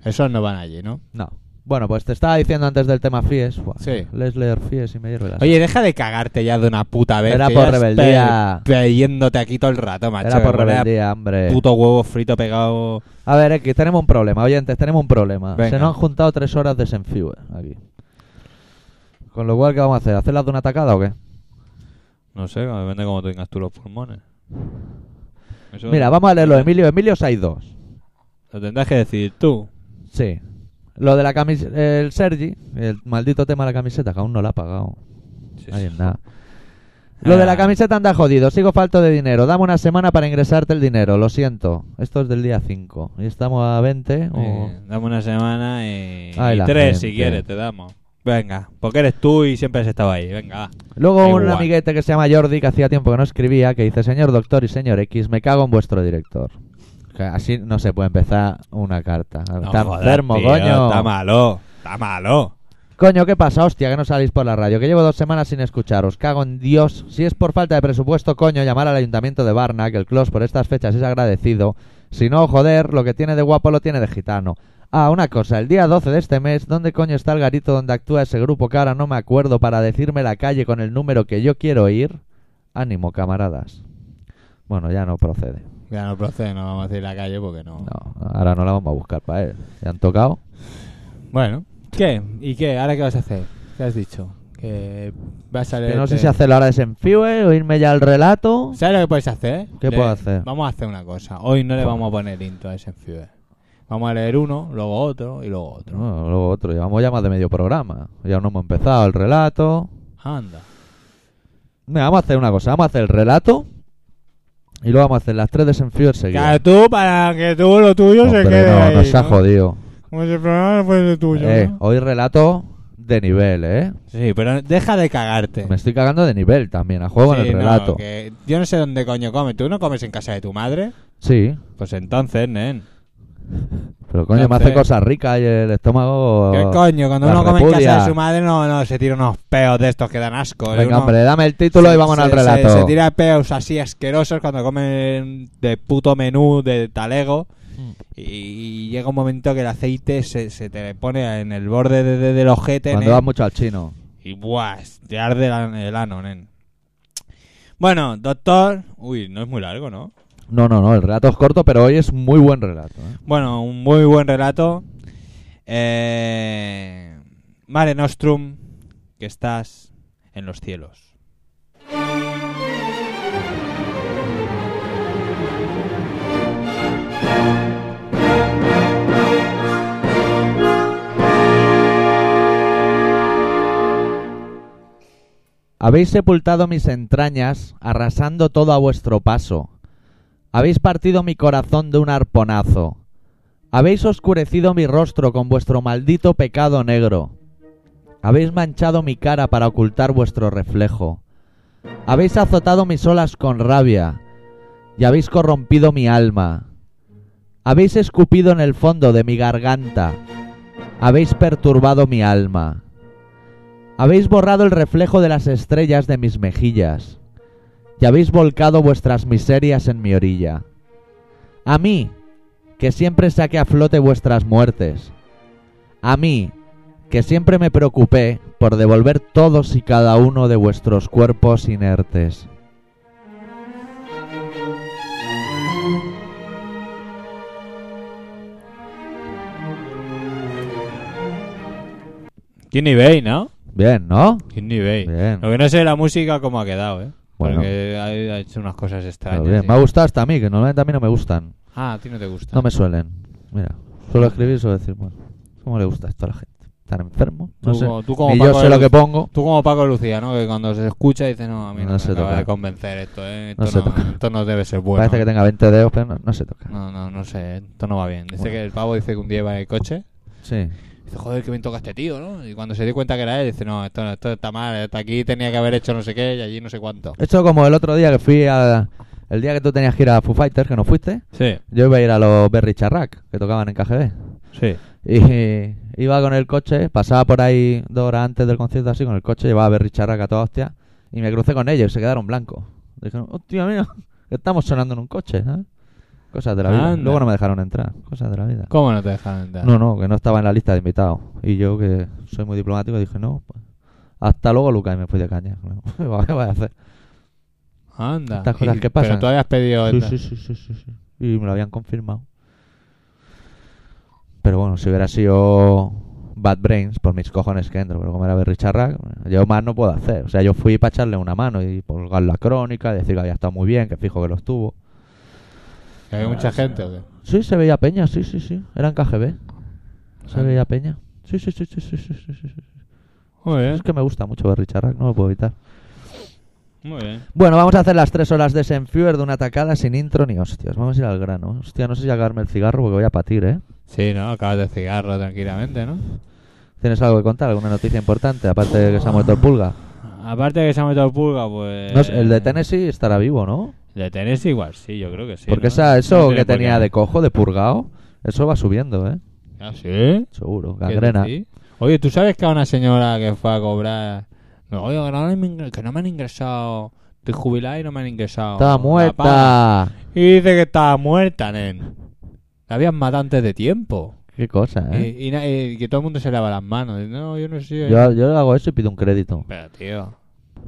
Speaker 1: Esos no van allí, ¿no?
Speaker 2: No. Bueno, pues te estaba diciendo antes del tema FIES. Buah,
Speaker 1: Sí.
Speaker 2: Les leer FIES y me hierve la
Speaker 1: Oye, deja de cagarte ya de una puta vez.
Speaker 2: Era
Speaker 1: que
Speaker 2: por
Speaker 1: ya estás
Speaker 2: rebeldía.
Speaker 1: pe- Peyéndote aquí todo el rato, macho.
Speaker 2: Era
Speaker 1: me
Speaker 2: por
Speaker 1: pone a
Speaker 2: rebeldía, eh. hombre.
Speaker 1: Puto huevo frito pegado.
Speaker 2: A ver, X, tenemos un problema, oyentes, tenemos un problema.
Speaker 1: Venga.
Speaker 2: Se nos han juntado tres horas de Senfue aquí. Con lo cual, ¿qué vamos a hacer? ¿Hacerlas de una tacada o qué?
Speaker 1: No sé, depende cómo tengas tú los pulmones. Eso
Speaker 2: Mira, vamos a leer lo de Emilio. Emilio hay dos.
Speaker 1: Lo tendrás que decidir tú.
Speaker 2: Sí. Lo de la camiseta, el Sergi, el maldito tema de la camiseta, que aún no la ha pagado. Ahí en nada. Lo
Speaker 1: Ah,
Speaker 2: de la camiseta anda jodido, sigo falto de dinero. Dame una semana para ingresarte el dinero, lo siento. Esto es del día 5. Y estamos a 20. o-
Speaker 1: Eh, dame una semana y,
Speaker 2: Ay,
Speaker 1: y
Speaker 2: Oh. la
Speaker 1: tres si
Speaker 2: gente.
Speaker 1: quieres, te damos. Venga, porque eres tú y siempre has estado ahí. Venga, va.
Speaker 2: Luego
Speaker 1: Da
Speaker 2: un
Speaker 1: igual.
Speaker 2: amiguete que se llama Jordi, que hacía tiempo que no escribía, que dice, señor doctor y señor X, me cago en vuestro director. Que así no se puede empezar una carta.
Speaker 1: No
Speaker 2: está
Speaker 1: jodas,
Speaker 2: enfermo,
Speaker 1: tío,
Speaker 2: coño.
Speaker 1: Está malo, está malo.
Speaker 2: Coño, ¿qué pasa? Hostia, que no salís por la radio, que llevo dos semanas sin escucharos. Cago en Dios. Si es por falta de presupuesto, coño, llamar al ayuntamiento de Barna, que el close por estas fechas es agradecido. Si no, joder, lo que tiene de guapo lo tiene de gitano. Ah, una cosa, el día 12 de este mes, ¿dónde coño está el garito donde actúa ese grupo que ahora no me acuerdo para decirme la calle con el número que yo quiero ir? Ánimo, camaradas. Bueno, ya no procede.
Speaker 1: Ya no procede, no vamos a ir a la calle porque no.
Speaker 2: No, ahora no la vamos a buscar para él. ¿Ya han tocado?
Speaker 1: Bueno, ¿qué? ¿Y qué? ¿Ahora qué vas a hacer? ¿Qué has dicho? Que vas a leer.
Speaker 2: Que no sé si hacerlo ahora desenfíe eh, o irme ya al relato.
Speaker 1: ¿Sabes lo que puedes hacer?
Speaker 2: ¿Qué puedo hacer?
Speaker 1: Vamos a hacer una cosa. Hoy no le vamos a poner intro a ese Fever. Vamos a leer uno, luego otro y luego otro.
Speaker 2: No, luego otro. Llevamos ya más de medio programa. Ya no hemos empezado el relato.
Speaker 1: Anda.
Speaker 2: Mira, vamos a hacer una cosa. Vamos a hacer el relato. Y luego vamos a hacer las tres desenfíos seguidas.
Speaker 1: Que tú, para que tú lo tuyo se
Speaker 2: Hombre,
Speaker 1: quede.
Speaker 2: no,
Speaker 1: ahí,
Speaker 2: nos ha
Speaker 1: ¿no?
Speaker 2: jodido.
Speaker 1: Como si el programa fuese tuyo.
Speaker 2: Eh,
Speaker 1: ¿no?
Speaker 2: hoy relato de nivel, ¿eh?
Speaker 1: Sí, pero deja de cagarte.
Speaker 2: Me estoy cagando de nivel también. A juego en
Speaker 1: Sí,
Speaker 2: el
Speaker 1: no,
Speaker 2: relato.
Speaker 1: que yo no sé dónde coño comes. ¿Tú no comes en casa de tu madre?
Speaker 2: Sí.
Speaker 1: Pues entonces, nen.
Speaker 2: Pero coño,
Speaker 1: No
Speaker 2: me
Speaker 1: sé.
Speaker 2: hace cosas ricas y el estómago.
Speaker 1: ¿Qué coño? Cuando
Speaker 2: la
Speaker 1: uno come en
Speaker 2: repudia.
Speaker 1: casa de su madre, no, no, se tira unos peos de estos que dan asco.
Speaker 2: Venga,
Speaker 1: Uno-
Speaker 2: hombre, dame el título y vámonos
Speaker 1: se-
Speaker 2: al relato.
Speaker 1: Se, se tira peos así asquerosos cuando comen de puto menú de talego. Y llega un momento que el aceite se, se te pone en el borde de, de- del ojete.
Speaker 2: Cuando
Speaker 1: nen,
Speaker 2: vas mucho al chino.
Speaker 1: Y buah, te arde la- el ano, nen. Bueno, doctor. Uy, no es muy largo, ¿no?
Speaker 2: No, no, no, el relato es corto, pero hoy es muy buen relato. ¿eh?
Speaker 1: Bueno, un muy buen relato. Eh, Mare Nostrum, que estás en los cielos.
Speaker 2: Habéis sepultado mis entrañas, arrasando todo a vuestro paso. Habéis partido mi corazón de un arponazo. Habéis oscurecido mi rostro con vuestro maldito pecado negro. Habéis manchado mi cara para ocultar vuestro reflejo. Habéis azotado mis olas con rabia. Y habéis corrompido mi alma. Habéis escupido en el fondo de mi garganta. Habéis perturbado mi alma. Habéis borrado el reflejo de las estrellas de mis mejillas, y habéis volcado vuestras miserias en mi orilla. A mí, que siempre saqué a flote vuestras muertes. A mí, que siempre me preocupé por devolver todos y cada uno de vuestros cuerpos inertes.
Speaker 1: Qué nivel, ¿no?
Speaker 2: Bien, ¿no?
Speaker 1: Qué nivel.
Speaker 2: Bien.
Speaker 1: Lo que no sé la música cómo ha quedado, ¿eh?
Speaker 2: Bueno.
Speaker 1: Porque ha, ha hecho unas cosas extrañas.
Speaker 2: Bien,
Speaker 1: sí.
Speaker 2: Me ha gustado hasta a mí, que normalmente a mí no me gustan.
Speaker 1: Ah, a ti no te gusta.
Speaker 2: No me suelen. Mira, suelo escribir y suelo decir, bueno, ¿cómo le gusta esto a la gente? ¿Tan enfermo? No
Speaker 1: Tú
Speaker 2: sé.
Speaker 1: como- tú como
Speaker 2: Ni yo
Speaker 1: Paco
Speaker 2: sé lo
Speaker 1: de
Speaker 2: que pongo.
Speaker 1: Tú como Paco Lucía, ¿no? Que cuando se escucha dice, no, a mí
Speaker 2: No
Speaker 1: no,
Speaker 2: se
Speaker 1: me acaba
Speaker 2: toca.
Speaker 1: de convencer esto, ¿eh?
Speaker 2: No se
Speaker 1: Esto no,
Speaker 2: toca.
Speaker 1: esto no debe ser bueno.
Speaker 2: Parece que tenga 20 dedos, pero no, no se toca.
Speaker 1: No, no, no sé, esto no va bien. Dice
Speaker 2: Bueno.
Speaker 1: que el pavo dice que un día iba en el coche
Speaker 2: Sí.
Speaker 1: Dice, joder, que bien toca este tío, ¿no? Y cuando se dio cuenta que era él, dice, no, esto, esto está mal, hasta aquí tenía que haber hecho no sé qué y allí no sé cuánto.
Speaker 2: Esto como el otro día que fui a... El día que tú tenías que ir a Foo Fighters, que no fuiste,
Speaker 1: Sí,
Speaker 2: yo iba a ir a los Berry Charrac, que tocaban en KGB.
Speaker 1: sí.
Speaker 2: Y iba con el coche, pasaba por ahí dos horas antes del concierto así con el coche, llevaba a Berry Charrac a toda hostia, y me crucé con ellos y se quedaron blancos. Dijeron, hostia, mira, que estamos sonando en un coche, ¿sabes? Cosas de la vida.
Speaker 1: Anda.
Speaker 2: Luego no me dejaron entrar, cosas de la vida.
Speaker 1: ¿Cómo no te dejan entrar?
Speaker 2: No, no, que no estaba en la lista de invitados. Y yo, que soy muy diplomático, dije, no, pues, hasta luego, Lucas, y me fui de caña. ¿Qué voy a hacer?
Speaker 1: Anda.
Speaker 2: Estas cosas
Speaker 1: Y-
Speaker 2: que pasan.
Speaker 1: Pero tú habías pedido...
Speaker 2: Sí,
Speaker 1: entrar.
Speaker 2: sí, sí, sí, sí, sí. Y me lo habían confirmado. Pero bueno, si hubiera sido Bad Brains, por mis cojones que entro, pero como era Berry Charrac, yo más no puedo hacer. O sea, yo fui para echarle una mano y colgar la crónica, decir que había estado muy bien, que fijo que lo estuvo.
Speaker 1: Que había mucha gente. ¿o qué?
Speaker 2: Sí, se veía peña, sí, sí, sí. Era en KGB. Se
Speaker 1: Anda.
Speaker 2: veía peña. Sí, sí, sí, sí, sí, sí, sí, sí. sí.
Speaker 1: Muy bien,
Speaker 2: Es que me gusta mucho Berry Charrac, no lo puedo evitar.
Speaker 1: muy bien.
Speaker 2: Bueno, vamos a hacer las tres horas de Senfuer de una tacada sin intro ni hostias. Vamos a ir al grano. Hostia, no sé si agarrarme el cigarro porque voy a patir, ¿eh?
Speaker 1: Sí, ¿no? Acabas de cigarro tranquilamente, ¿no?
Speaker 2: ¿Tienes algo que contar? ¿Alguna noticia importante? Aparte de que se ha muerto el pulga.
Speaker 1: Aparte de que se ha metido el pulga, pues...
Speaker 2: No sé, el de Tennessee estará vivo, ¿no?
Speaker 1: De Tennessee igual, sí, yo creo que sí.
Speaker 2: porque
Speaker 1: ¿no?
Speaker 2: esa,
Speaker 1: No
Speaker 2: eso
Speaker 1: tiene
Speaker 2: que
Speaker 1: por qué
Speaker 2: tenía
Speaker 1: no.
Speaker 2: de cojo, de purgado, eso va subiendo, ¿eh?
Speaker 1: Ah, ¿sí?
Speaker 2: Seguro,
Speaker 1: ¿Qué
Speaker 2: gangrena.
Speaker 1: decís? Oye, ¿tú sabes que a una señora que fue a cobrar... No, oye, que no, me ingre- que no me han ingresado... Estoy jubilada y no me han ingresado.
Speaker 2: ¡Está
Speaker 1: la paga".
Speaker 2: muerta!
Speaker 1: Y dice que estaba muerta, nen. La habían matado antes de tiempo.
Speaker 2: Qué cosa, ¿eh?
Speaker 1: Y, y na- y que todo el mundo se lava las manos. Dice, No, yo no sé.
Speaker 2: Yo, yo hago eso y pido un crédito.
Speaker 1: Pero, tío.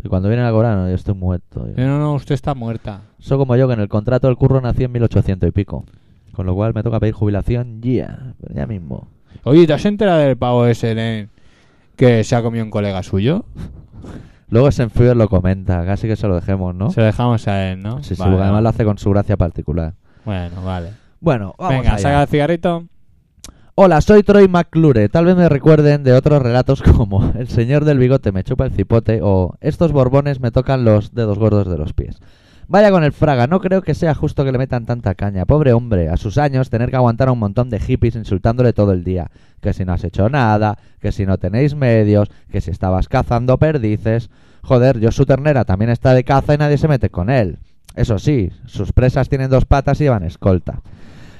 Speaker 2: Y cuando vienen a cobrar, no, yo estoy muerto.
Speaker 1: No, no, no, usted está muerta.
Speaker 2: Eso como yo, que en el contrato del curro nací en 1800 y pico. Con lo cual me toca pedir jubilación, yeah, ya mismo.
Speaker 1: Oye, ¿te has enterado del pavo ese, nen? Que se ha comido un colega suyo.
Speaker 2: Luego Senfuer lo comenta, casi que se lo dejemos, ¿no?
Speaker 1: Se lo dejamos a él, ¿no?
Speaker 2: Sí, sí,
Speaker 1: Vale,
Speaker 2: porque además
Speaker 1: vale.
Speaker 2: lo hace con su gracia particular.
Speaker 1: Bueno, vale.
Speaker 2: Bueno, vamos
Speaker 1: Venga,
Speaker 2: allá.
Speaker 1: saca el cigarrito.
Speaker 2: Hola, soy Troy McClure. Tal vez me recuerden de otros relatos como El señor del bigote me chupa el cipote o Estos borbones me tocan los dedos gordos de los pies. Vaya con el fraga, no creo que sea justo que le metan tanta caña. Pobre hombre, a sus años tener que aguantar a un montón de hippies insultándole todo el día. Que si no has hecho nada, que si no tenéis medios, que si estabas cazando perdices. Joder, yo su ternera también está de caza y nadie se mete con él. Eso sí, sus presas tienen dos patas y llevan escolta.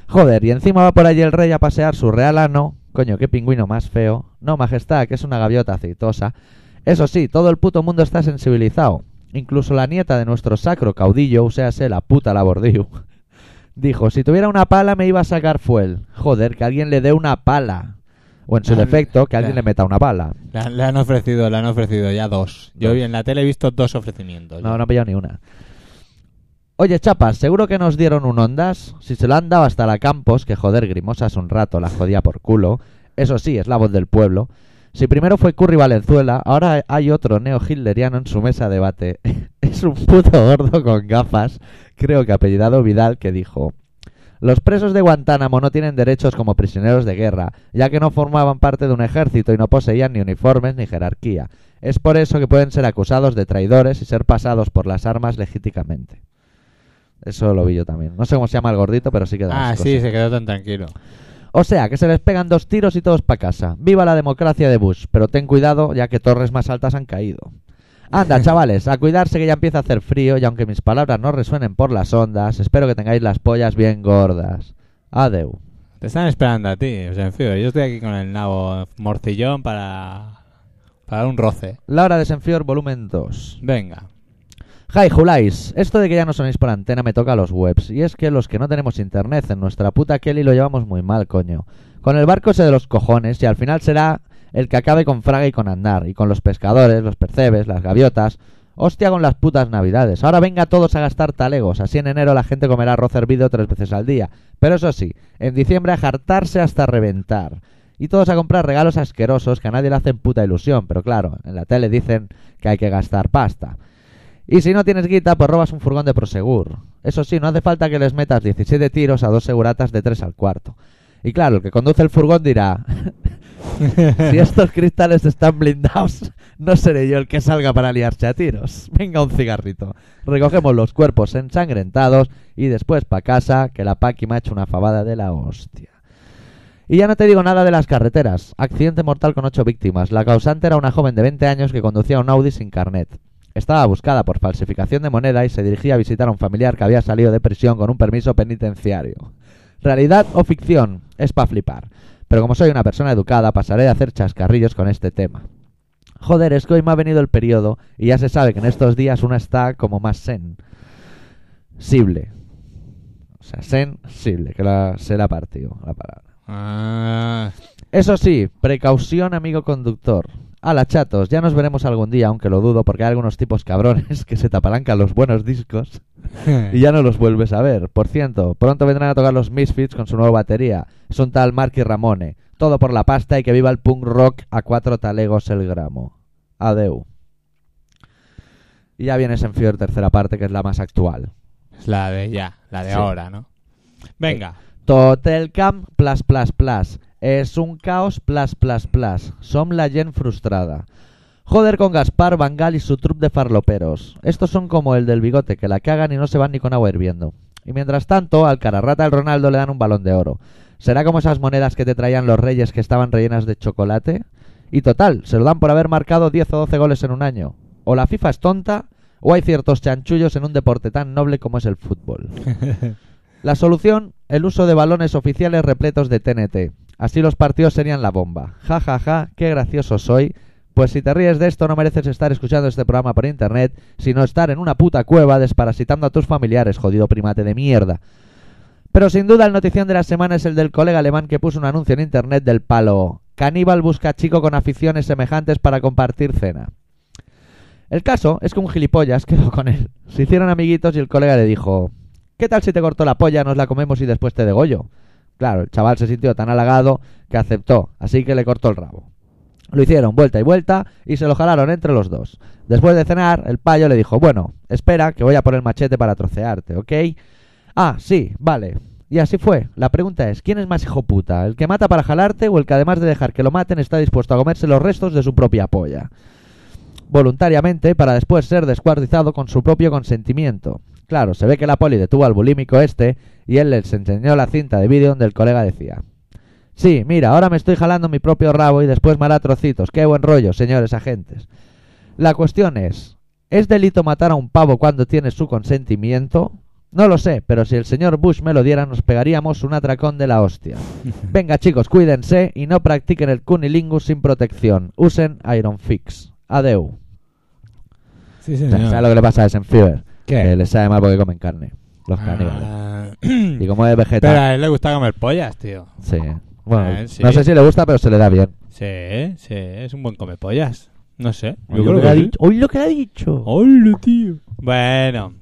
Speaker 2: Joder, y encima va por allí el rey a pasear su real ano. Coño, qué pingüino más feo. No, majestad, que es una gaviota aceitosa. Eso sí, todo el puto mundo está sensibilizado. Incluso la nieta de nuestro sacro caudillo, o sea, la puta labordiu. Dijo, si tuviera una pala me iba a sacar fuel. Joder, que alguien le dé una pala. O en su
Speaker 1: Ah,
Speaker 2: defecto, que alguien
Speaker 1: claro.
Speaker 2: le meta una pala.
Speaker 1: Le han, le han ofrecido, le han ofrecido ya dos. Yo
Speaker 2: Dos.
Speaker 1: vi en la tele he visto dos ofrecimientos.
Speaker 2: No, no he pillado ni una. Oye, chapas, seguro que nos dieron un Ondas. Si se lo han dado hasta la Campos, que joder, Grimosa hace un rato la jodía por culo. Eso sí, es la voz del pueblo. Si primero fue Curry Valenzuela, ahora hay otro neo-hitleriano en su mesa de debate. es un puto gordo con gafas, creo que apellidado Vidal, que dijo... Los presos de Guantánamo no tienen derechos como prisioneros de guerra, ya que no formaban parte de un ejército y no poseían ni uniformes ni jerarquía. Es por eso que pueden ser acusados de traidores y ser pasados por las armas legítimamente. Eso lo vi yo también. No sé cómo se llama el gordito, pero sí que da
Speaker 1: Ah,
Speaker 2: asco,
Speaker 1: sí,
Speaker 2: sí.
Speaker 1: se quedó tan tranquilo.
Speaker 2: O sea, que se les pegan dos tiros y todos para casa. Viva la democracia de Bush, pero ten cuidado ya que torres más altas han caído. Anda, chavales, a cuidarse que ya empieza a hacer frío y aunque mis palabras no resuenen por las ondas, espero que tengáis las pollas bien gordas. Adeu.
Speaker 1: Te están esperando a ti, o sea, en fin, yo estoy aquí con el nabo morcillón para, para un roce.
Speaker 2: Laura de Senfior, volumen 2.
Speaker 1: Venga.
Speaker 2: Hi, Julais. Esto de que ya no sonéis por antena me toca a los webs. Y es que los que no tenemos internet en nuestra puta Kelly lo llevamos muy mal, coño. Con el barco ese de los cojones y al final será el que acabe con Fraga y con Andar. Y con los pescadores, los percebes, las gaviotas. Hostia con las putas navidades. Ahora venga todos a gastar talegos. Así en enero la gente comerá arroz hervido tres veces al día. Pero eso sí, en diciembre a jartarse hasta reventar. Y todos a comprar regalos asquerosos que a nadie le hacen puta ilusión. Pero claro, en la tele dicen que hay que gastar pasta. Y si no tienes guita, pues robas un furgón de Prosegur. Eso sí, no hace falta que les metas 17 tiros a dos seguratas de 3 al cuarto. Y claro, el que conduce el furgón dirá, si estos cristales están blindados, no seré yo el que salga para liarse a tiros. Venga un cigarrito. Recogemos los cuerpos ensangrentados y después pa' casa, que la Paqui me ha hecho una fabada de la hostia. Y ya no te digo nada de las carreteras. Accidente mortal con ocho víctimas. La causante era una joven de 20 años que conducía un Audi sin carnet. Estaba buscada por falsificación de moneda y se dirigía a visitar a un familiar que había salido de prisión con un permiso penitenciario. Realidad o ficción, es para flipar. Pero como soy una persona educada, pasaré de hacer chascarrillos con este tema. Joder, es que hoy me ha venido el periodo y ya se sabe que en estos días una está como más sen. Sible. O sea, sensible, que la, se la partido la palabra.
Speaker 1: Ah,
Speaker 2: Eso sí, precaución, amigo conductor. Ala, chatos, ya nos veremos algún día, aunque lo dudo, porque hay algunos tipos cabrones que se te apalancan los buenos discos y ya no los vuelves a ver. Por cierto, pronto vendrán a tocar los Misfits con su nueva batería. Es un tal Marky Ramone. Todo por la pasta y que viva el punk rock a cuatro talegos el gramo. Adeu. Y ya viene Senfior tercera parte, que es la más actual.
Speaker 1: es la de ya, la de
Speaker 2: Sí.
Speaker 1: ahora, ¿no? Venga.
Speaker 2: Tot el camp, plas, plas, plas. Es un caos, plas, plas, plas. Som la gent frustrada. Joder con Gaspar, Bangal y su trup de farloperos. Estos son como el del bigote, que la cagan y no se van ni con agua hirviendo. Y mientras tanto, al cararrata del Ronaldo le dan un balón de oro. ¿Será como esas monedas que te traían los reyes que estaban rellenas de chocolate? Y total, se lo dan por haber marcado 10 o 12 goles en un año. O la FIFA es tonta, o hay ciertos chanchullos en un deporte tan noble como es el fútbol. La solución, el uso de balones oficiales repletos de TNT. Así los partidos serían la bomba. Ja, ja, ja, qué gracioso soy. Pues si te ríes de esto no mereces estar escuchando este programa por internet, sino estar en una puta cueva desparasitando a tus familiares, jodido primate de mierda. Pero sin duda el notición de la semana es el del colega alemán que puso un anuncio en internet del palo. Caníbal busca chico con aficiones semejantes para compartir cena. El caso es que un gilipollas quedó con él. Se hicieron amiguitos y el colega le dijo, ¿qué tal si te cortó la polla, nos la comemos y después te degollo? Claro, el chaval se sintió tan halagado que aceptó, así que le cortó el rabo. Lo hicieron vuelta y vuelta y se lo jalaron entre los dos. Después de cenar, el payo le dijo, bueno, espera, que voy a por el machete para trocearte, ¿ok? Ah, sí, vale. Y así fue. La pregunta es, ¿quién es más hijo puta? ¿El que mata para jalarte o el que además de dejar que lo maten está dispuesto a comerse los restos de su propia polla? voluntariamente para después ser descuartizado con su propio consentimiento. Claro, se ve que la poli detuvo al bulímico este y él les enseñó la cinta de vídeo donde el colega decía: Sí, mira, ahora me estoy jalando mi propio rabo y después me hará trocitos. Qué buen rollo, señores agentes. La cuestión es: ¿es delito matar a un pavo cuando tiene su consentimiento? No lo sé, pero si el señor Bush me lo diera nos pegaríamos un atracón de la hostia. Venga chicos, cuídense y no practiquen el cunilingus sin protección. Usen Iron Fix. Adeu.
Speaker 1: Sí,
Speaker 2: O sea, ¿Sabes lo que le pasa a Senfiber? Que les sabe mal porque comen carne. Los caníbales.
Speaker 1: Ah,
Speaker 2: Y como es
Speaker 1: Pero
Speaker 2: vegetal.
Speaker 1: a él le gusta comer pollas, tío.
Speaker 2: Sí. Bueno,
Speaker 1: Ah, sí.
Speaker 2: no sé si le gusta, pero se le da bien.
Speaker 1: Sí, sí, es un buen come pollas. No sé.
Speaker 2: Oye lo que le ha dicho.
Speaker 1: Hola, tío. Bueno.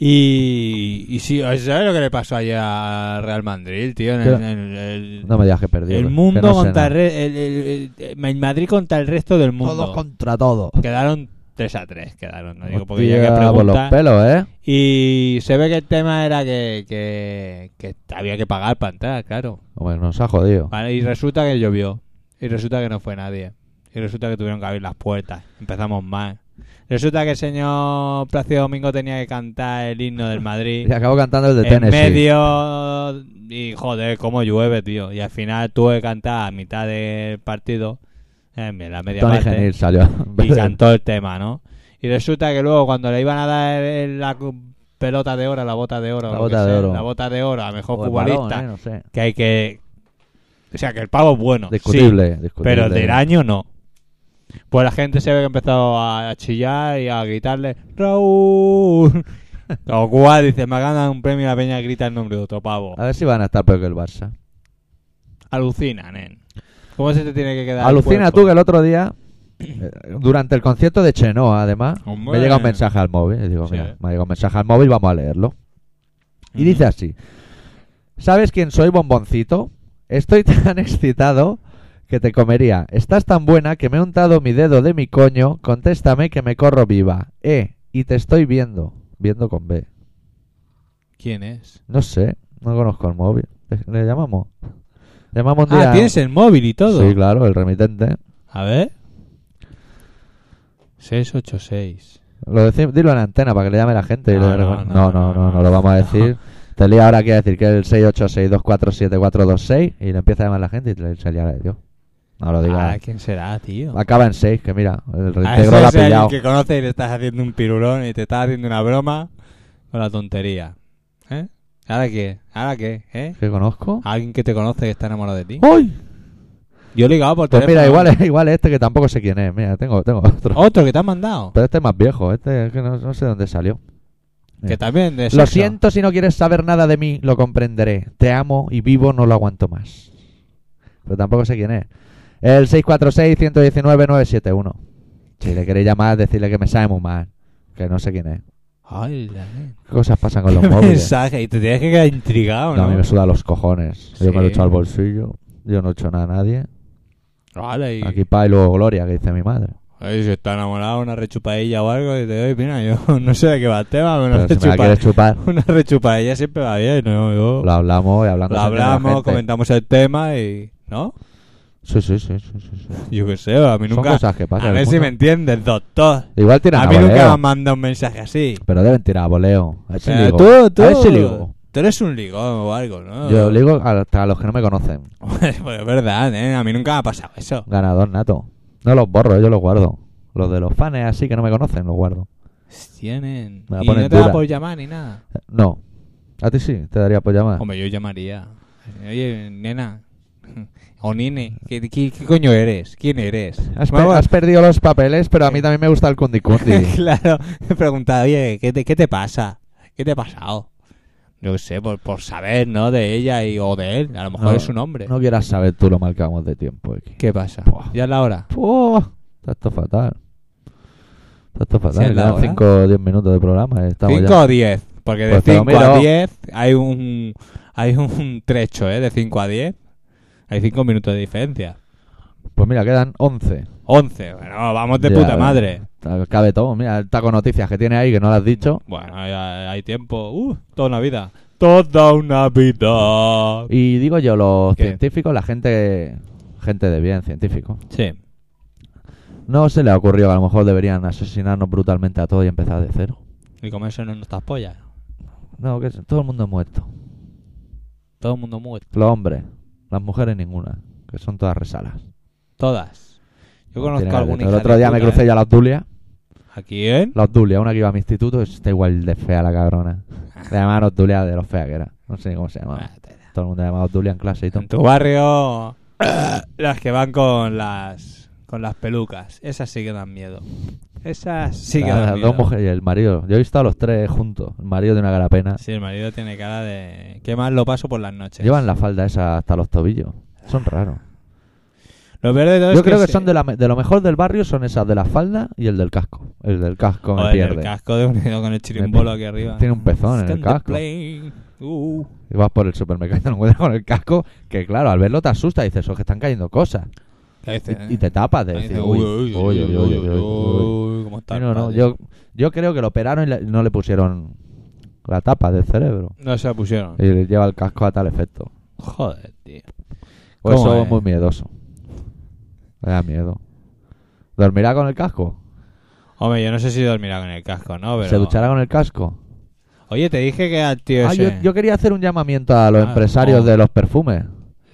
Speaker 1: Y, y sí, ¿sabes lo que le pasó ayer al Real Madrid, tío? En el,
Speaker 2: ¿Qué?
Speaker 1: en el- el-
Speaker 2: No me digas que perdió.
Speaker 1: el
Speaker 2: que
Speaker 1: mundo
Speaker 2: no sé
Speaker 1: contra el,
Speaker 2: nada.
Speaker 1: re- el- el- el- el Madrid contra el resto del mundo.
Speaker 2: Todos contra todos.
Speaker 1: Quedaron 3 a 3, quedaron. No digo porque
Speaker 2: Hostia,
Speaker 1: ya que
Speaker 2: por los
Speaker 1: pregunta.
Speaker 2: pelos, ¿eh?
Speaker 1: Y se ve que el tema era que, que, que había que pagar para entrar, claro.
Speaker 2: Hombre, nos ha jodido.
Speaker 1: Vale, y resulta que llovió. Y resulta que no fue nadie. Y resulta que tuvieron que abrir las puertas. Empezamos mal. Resulta que el señor Plácido Domingo tenía que cantar el himno del Madrid.
Speaker 2: Y acabó cantando el
Speaker 1: en
Speaker 2: de Tennessee.
Speaker 1: medio. Y joder, cómo llueve, tío. Y al final tuve que cantar a mitad del partido. eh, En la media
Speaker 2: Tony
Speaker 1: parte
Speaker 2: Genil salió.
Speaker 1: y cantó el tema, ¿no? Y resulta que luego cuando le iban a dar el- la cu- pelota de oro, la bota de oro,
Speaker 2: La
Speaker 1: lo que
Speaker 2: bota de
Speaker 1: sea,
Speaker 2: oro.
Speaker 1: la bota de oro, a mejor
Speaker 2: O el
Speaker 1: futbolista,
Speaker 2: balón, ¿eh? No sé.
Speaker 1: que hay que o sea, que el pavo es bueno, sí,
Speaker 2: Discutible, discutible.
Speaker 1: pero el del año no. Pues la gente se ve que empezó a chillar y a gritarle Raúl. Lo cual dice, me ganan un premio y la peña grita el nombre de otro pavo.
Speaker 2: A ver si van a estar peor que el Barça.
Speaker 1: Alucina, nen. ¿Cómo se te tiene que quedar? el
Speaker 2: Alucina
Speaker 1: cuerpo?
Speaker 2: tú que el otro día, eh, durante el concierto de Chenoa, además,
Speaker 1: Hombre.
Speaker 2: me llega un mensaje al móvil. Y digo,
Speaker 1: Sí.
Speaker 2: mira, me llega un mensaje al móvil, vamos a leerlo. Y dice así: ¿Sabes quién soy, bomboncito? Estoy tan excitado que te comería. Estás tan buena que me he untado mi dedo de mi coño. Contéstame que me corro viva. Eh, y te estoy viendo. Viendo con B.
Speaker 1: ¿Quién es?
Speaker 2: No sé, no conozco el móvil. Le, le llamamos. Llamamos un día.
Speaker 1: Ah, tienes el móvil y todo.
Speaker 2: Sí, claro, el remitente.
Speaker 1: A ver. 686.
Speaker 2: Lo decimos, dilo en antena para que le llame la gente. y
Speaker 1: Ah, No,
Speaker 2: le-
Speaker 1: no,
Speaker 2: no,
Speaker 1: no,
Speaker 2: no, no,
Speaker 1: no,
Speaker 2: no lo vamos a
Speaker 1: no.
Speaker 2: decir. Te lía ahora que decir que es el 686247426 y le empieza a llamar la gente y te- se liará de Dios. No lo digas.
Speaker 1: Ah, ¿quién será, tío?
Speaker 2: Acaba en 6, que mira, el
Speaker 1: Ah,
Speaker 2: reintegro
Speaker 1: ese
Speaker 2: lo ha
Speaker 1: es el
Speaker 2: pillado.
Speaker 1: que conoces y le estás haciendo un pirulón y te estás haciendo una broma con la tontería. ¿Eh? ¿Ahora qué? ¿Ahora qué? ¿Eh?
Speaker 2: ¿Que conozco?
Speaker 1: ¿Alguien que te conoce que está enamorado de ti?
Speaker 2: ¡Uy!
Speaker 1: Yo he ligado por
Speaker 2: Pues
Speaker 1: teléfono. Oh.
Speaker 2: mira, igual es, igual es este que tampoco sé quién es. Mira, tengo, tengo otro.
Speaker 1: Otro que te han mandado.
Speaker 2: Pero este es más viejo, este es que no, no sé dónde salió.
Speaker 1: Que también de
Speaker 2: Lo
Speaker 1: sexo.
Speaker 2: siento si no quieres saber nada de mí, lo comprenderé. Te amo y vivo, no lo aguanto más. Pero tampoco sé quién es. El 646-119-971. Si le queréis llamar, decirle que me sabe muy mal. Que no sé quién es.
Speaker 1: Ay, la nena.
Speaker 2: ¿Qué cosas pasan con
Speaker 1: Qué
Speaker 2: los móviles?
Speaker 1: mensaje. Y te tienes que quedar intrigado,
Speaker 2: No, a
Speaker 1: ¿no?
Speaker 2: mí me suda los cojones. Yo me lo
Speaker 1: Sí.
Speaker 2: echo al bolsillo. Yo no he hecho nada a nadie.
Speaker 1: Vale, y...
Speaker 2: Aquí pa y luego gloria, que dice mi madre.
Speaker 1: Ay, si está enamorado, una rechupadilla o algo, y te doy, mira, yo no sé de qué va el tema, pero una,
Speaker 2: Pero si me la
Speaker 1: rechupa-
Speaker 2: quieres chupar,
Speaker 1: una rechupadilla siempre va bien, ¿no? Yo-
Speaker 2: lo hablamos y hablando
Speaker 1: lo
Speaker 2: siempre de la
Speaker 1: hablamos,
Speaker 2: gente.
Speaker 1: comentamos el tema y... ¿No?
Speaker 2: Sí, sí, sí, sí, sí, sí.
Speaker 1: Yo qué sé, a mí
Speaker 2: Son
Speaker 1: nunca...
Speaker 2: cosas que pasan
Speaker 1: a
Speaker 2: en
Speaker 1: ver
Speaker 2: el
Speaker 1: si
Speaker 2: mundo.
Speaker 1: me entiendes, doctor.
Speaker 2: Igual tiran
Speaker 1: A
Speaker 2: a
Speaker 1: mí nunca me
Speaker 2: voleo.
Speaker 1: han mandado un mensaje así.
Speaker 2: Pero deben tirar a voleo. A ver si
Speaker 1: Pero
Speaker 2: ligo.
Speaker 1: Eh, tú, tú... Ah.
Speaker 2: A ver si ligo.
Speaker 1: Tú eres un ligón o algo, ¿no?
Speaker 2: Yo ligo hasta a los que no me conocen.
Speaker 1: pues es verdad, ¿eh? A mí nunca me ha pasado eso.
Speaker 2: Ganador nato. No los borro, yo los guardo. Los de los fans así que no me conocen, los guardo.
Speaker 1: Tienen...
Speaker 2: Me la
Speaker 1: Y
Speaker 2: ponen
Speaker 1: no te da
Speaker 2: dura.
Speaker 1: por llamar ni nada.
Speaker 2: Eh, No. A ti sí, te daría por llamar.
Speaker 1: Hombre, yo llamaría. Oye, nena. O nene. ¿Qué, qué, qué coño eres? ¿Quién eres?
Speaker 2: Has,
Speaker 1: Me
Speaker 2: pe-
Speaker 1: hago-
Speaker 2: has perdido los papeles, pero a mí también me gusta el cundi-cundi.
Speaker 1: claro. He preguntado, oye, ¿qué te, qué te pasa? ¿Qué te ha pasado? Yo qué sé, por, por saber, ¿no? De ella y, o de él. A lo mejor
Speaker 2: No,
Speaker 1: es su nombre.
Speaker 2: Ah. no quieras saber tú lo mal que vamos de tiempo aquí.
Speaker 1: ¿Qué pasa?
Speaker 2: Buah.
Speaker 1: ¿Ya es la hora?
Speaker 2: Puh, Está esto fatal. Está esto
Speaker 1: ¿Sí ¿eh? es
Speaker 2: fatal.
Speaker 1: la
Speaker 2: Quedan
Speaker 1: hora?
Speaker 2: 5 o 10 minutos de programa. y Estamos
Speaker 1: 5
Speaker 2: ya.
Speaker 1: o 10. Porque de
Speaker 2: Pues te lo
Speaker 1: 5 a
Speaker 2: miro.
Speaker 1: 10 hay un, hay un trecho, ¿eh? De 5 a 10. Hay 5 minutos de diferencia.
Speaker 2: Pues mira, quedan 11.
Speaker 1: 11. Bueno, vamos de
Speaker 2: Ya,
Speaker 1: puta
Speaker 2: eh.
Speaker 1: madre.
Speaker 2: Cabe todo. Mira, el taco noticias que tiene ahí que no lo has dicho.
Speaker 1: Bueno, hay, hay tiempo. Uh, toda una vida. Toda una vida.
Speaker 2: Y digo yo, los
Speaker 1: ¿Qué?
Speaker 2: científicos, la gente gente de bien, científico,
Speaker 1: Sí.
Speaker 2: no se le ocurrió que a lo mejor deberían asesinarnos brutalmente a todos y empezar de cero.
Speaker 1: Y comerse en nuestras pollas.
Speaker 2: No, que se- todo el mundo es muerto.
Speaker 1: Todo el mundo muerto.
Speaker 2: Los hombres, las mujeres ninguna, que son todas resalas.
Speaker 1: Todas. Yo
Speaker 2: No
Speaker 1: conozco
Speaker 2: tiene
Speaker 1: a alguna
Speaker 2: nada de- El
Speaker 1: hija
Speaker 2: otro
Speaker 1: de
Speaker 2: día me
Speaker 1: puta,
Speaker 2: crucé
Speaker 1: ¿eh?
Speaker 2: yo a la Obdulia
Speaker 1: ¿A quién?
Speaker 2: La Obdulia, una que iba a mi instituto, está igual de fea la cabrona. Le llamaban Obdulia de lo fea que era. No sé ni cómo se llamaba. Todo el mundo llamaba Obdulia en clase y todo.
Speaker 1: Ah, En tu barrio, las que van con las con las pelucas. Esas sí que dan miedo. Esas sí que
Speaker 2: Las
Speaker 1: dan miedo.
Speaker 2: dos mujeres y el marido. Yo he visto a los tres juntos. El marido de una garapena.
Speaker 1: Sí, el marido tiene cara de... Qué mal lo paso por las noches.
Speaker 2: Llevan la falda esa hasta los tobillos. Son raros.
Speaker 1: Lo peor de todo es
Speaker 2: Yo creo que
Speaker 1: se-
Speaker 2: son de, la me- de lo mejor del barrio, son esas de la falda y el del casco. El del casco me
Speaker 1: Joder,
Speaker 2: pierde.
Speaker 1: el casco de unido con el chirimbolo aquí arriba.
Speaker 2: Tiene un pezón en el
Speaker 1: Stand
Speaker 2: casco.
Speaker 1: plane. Uh.
Speaker 2: Y vas por el supermercado y te lo encuentras con el casco, que claro, al verlo te asusta y dices, oh, que están cayendo cosas.
Speaker 1: ¿Qué dice?
Speaker 2: Y, y te tapas de
Speaker 1: Ahí
Speaker 2: decir,
Speaker 1: dice,
Speaker 2: uy, uy,
Speaker 1: uy,
Speaker 2: uy, uy, uy, uy, uy".
Speaker 1: uy, ¿cómo está
Speaker 2: Y
Speaker 1: el
Speaker 2: No, no,
Speaker 1: padre?
Speaker 2: yo, yo creo que lo operaron y le- no le pusieron la tapa del cerebro.
Speaker 1: No se la pusieron.
Speaker 2: Y le lleva el casco a tal efecto.
Speaker 1: Joder, tío.
Speaker 2: Por
Speaker 1: ¿Cómo
Speaker 2: eso
Speaker 1: es?
Speaker 2: es muy miedoso. Me da miedo. ¿Dormirá con el casco?
Speaker 1: Hombre, yo no sé si dormirá con el casco, ¿no? Pero...
Speaker 2: ¿Se duchará con el casco?
Speaker 1: Oye, te dije que al tío
Speaker 2: Ah, yo,
Speaker 1: ese...
Speaker 2: yo quería hacer un llamamiento a los
Speaker 1: Ah,
Speaker 2: empresarios
Speaker 1: oh.
Speaker 2: de los perfumes.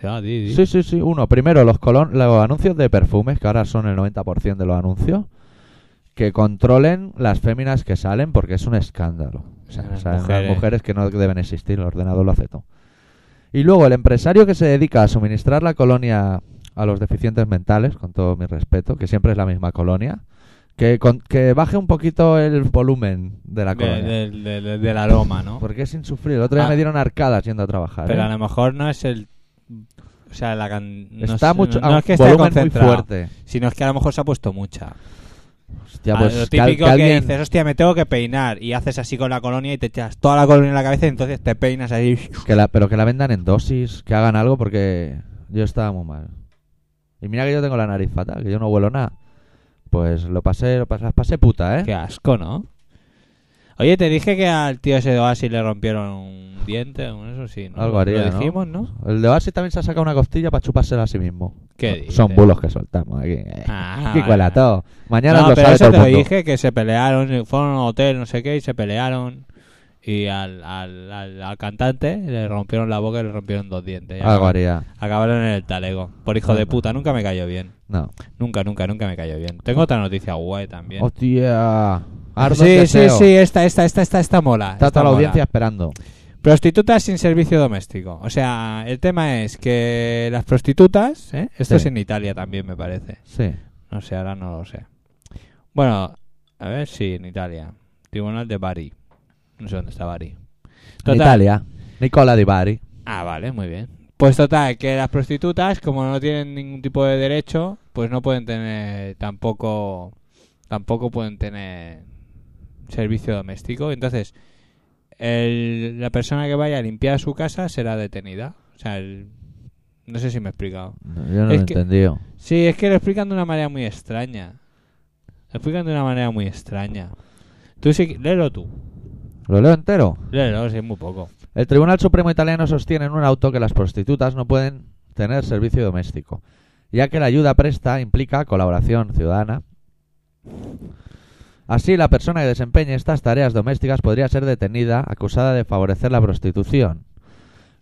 Speaker 1: Ah, di, di.
Speaker 2: Sí, sí, sí. Uno, primero, los, colon- los anuncios de perfumes, que ahora son el 90% de los anuncios, que controlen las féminas que salen porque es un escándalo. O sea,
Speaker 1: Las
Speaker 2: salen
Speaker 1: mujeres.
Speaker 2: las mujeres que no deben existir, el ordenador lo hace todo. Y luego, el empresario que se dedica a suministrar la colonia a los deficientes mentales, con todo mi respeto, que siempre es la misma colonia, que, con- que baje un poquito el volumen de la
Speaker 1: De-
Speaker 2: colonia.
Speaker 1: del- del- del aroma, ¿no?
Speaker 2: Porque es insufrible. El otro día
Speaker 1: Ah.
Speaker 2: me dieron arcadas yendo a trabajar.
Speaker 1: Pero
Speaker 2: ¿eh?
Speaker 1: a lo mejor no es el... O sea, la can... no
Speaker 2: Está
Speaker 1: sé,
Speaker 2: mucho,
Speaker 1: no,
Speaker 2: a
Speaker 1: no
Speaker 2: un
Speaker 1: es que esté
Speaker 2: volumen muy
Speaker 1: concentrado,
Speaker 2: fuerte.
Speaker 1: sino es que a lo mejor se ha puesto mucha.
Speaker 2: Hostia,
Speaker 1: Ah,
Speaker 2: pues
Speaker 1: lo
Speaker 2: que al-
Speaker 1: típico que,
Speaker 2: que alguien-
Speaker 1: dices, hostia, me tengo que peinar y haces así con la colonia y te echas toda la colonia en la cabeza y entonces te peinas ahí.
Speaker 2: que la- pero que la vendan en dosis, que hagan algo porque yo estaba muy mal. Y mira que yo tengo la nariz fatal, que yo no huelo nada. Pues lo pasé, lo pasé, las pasé puta, ¿eh?
Speaker 1: Qué asco, ¿no? Oye, te dije que al tío ese de Oasis le rompieron un diente o eso sí. ¿no?
Speaker 2: Algo haría,
Speaker 1: Lo
Speaker 2: ¿no?
Speaker 1: dijimos, ¿no?
Speaker 2: El de Oasis también se ha sacado una costilla para chupársela a sí mismo.
Speaker 1: ¿Qué
Speaker 2: No,
Speaker 1: dices?
Speaker 2: Son bulos que soltamos aquí.
Speaker 1: Ah,
Speaker 2: Aquí cuela
Speaker 1: vale.
Speaker 2: todo. Mañana
Speaker 1: no,
Speaker 2: lo
Speaker 1: pero
Speaker 2: sabe
Speaker 1: eso
Speaker 2: todo
Speaker 1: te
Speaker 2: el
Speaker 1: lo
Speaker 2: mundo.
Speaker 1: dije, que se pelearon, fueron a un hotel, no sé qué, y se pelearon. Y al, al, al, al cantante le rompieron la boca y le rompieron dos dientes. Y
Speaker 2: Algo
Speaker 1: acab-
Speaker 2: haría.
Speaker 1: Acabaron en el talego. Por hijo de
Speaker 2: Anda.
Speaker 1: puta, nunca me cayó bien.
Speaker 2: No.
Speaker 1: Nunca, nunca, nunca me cayó bien. Tengo otra noticia guay también.
Speaker 2: Hostia. Ardo
Speaker 1: sí,
Speaker 2: el
Speaker 1: sí,
Speaker 2: deseo.
Speaker 1: sí, esta, esta, esta, esta, esta mola.
Speaker 2: Está
Speaker 1: esta
Speaker 2: toda la
Speaker 1: mola.
Speaker 2: audiencia esperando.
Speaker 1: Prostitutas sin servicio doméstico. O sea, el tema es que las prostitutas, ¿eh? esto
Speaker 2: Sí.
Speaker 1: es en Italia también me parece.
Speaker 2: Sí.
Speaker 1: No sé, ahora no lo sé. Bueno, a ver si en Italia. Tribunal de Bari. No sé dónde está Bari.
Speaker 2: En
Speaker 1: Total.
Speaker 2: Italia. Nicola Di Bari.
Speaker 1: Ah, vale, muy bien. Pues total, que las prostitutas, como no tienen ningún tipo de derecho, pues no pueden tener tampoco tampoco pueden tener servicio doméstico. Entonces, el- la persona que vaya a limpiar su casa será detenida. O sea, el- no sé si me he explicado.
Speaker 2: No, Yo no
Speaker 1: Es
Speaker 2: lo he
Speaker 1: que-
Speaker 2: entendido.
Speaker 1: Sí, es que lo explican de una manera muy extraña. Lo explican de una manera muy extraña. Tú sí, que- léelo tú.
Speaker 2: ¿Lo leo entero?
Speaker 1: Léelo, sí, muy poco.
Speaker 2: El Tribunal Supremo Italiano sostiene en un auto que las prostitutas no pueden tener servicio doméstico, ya que la ayuda presta implica colaboración ciudadana. Así, la persona que desempeñe estas tareas domésticas podría ser detenida, acusada de favorecer la prostitución.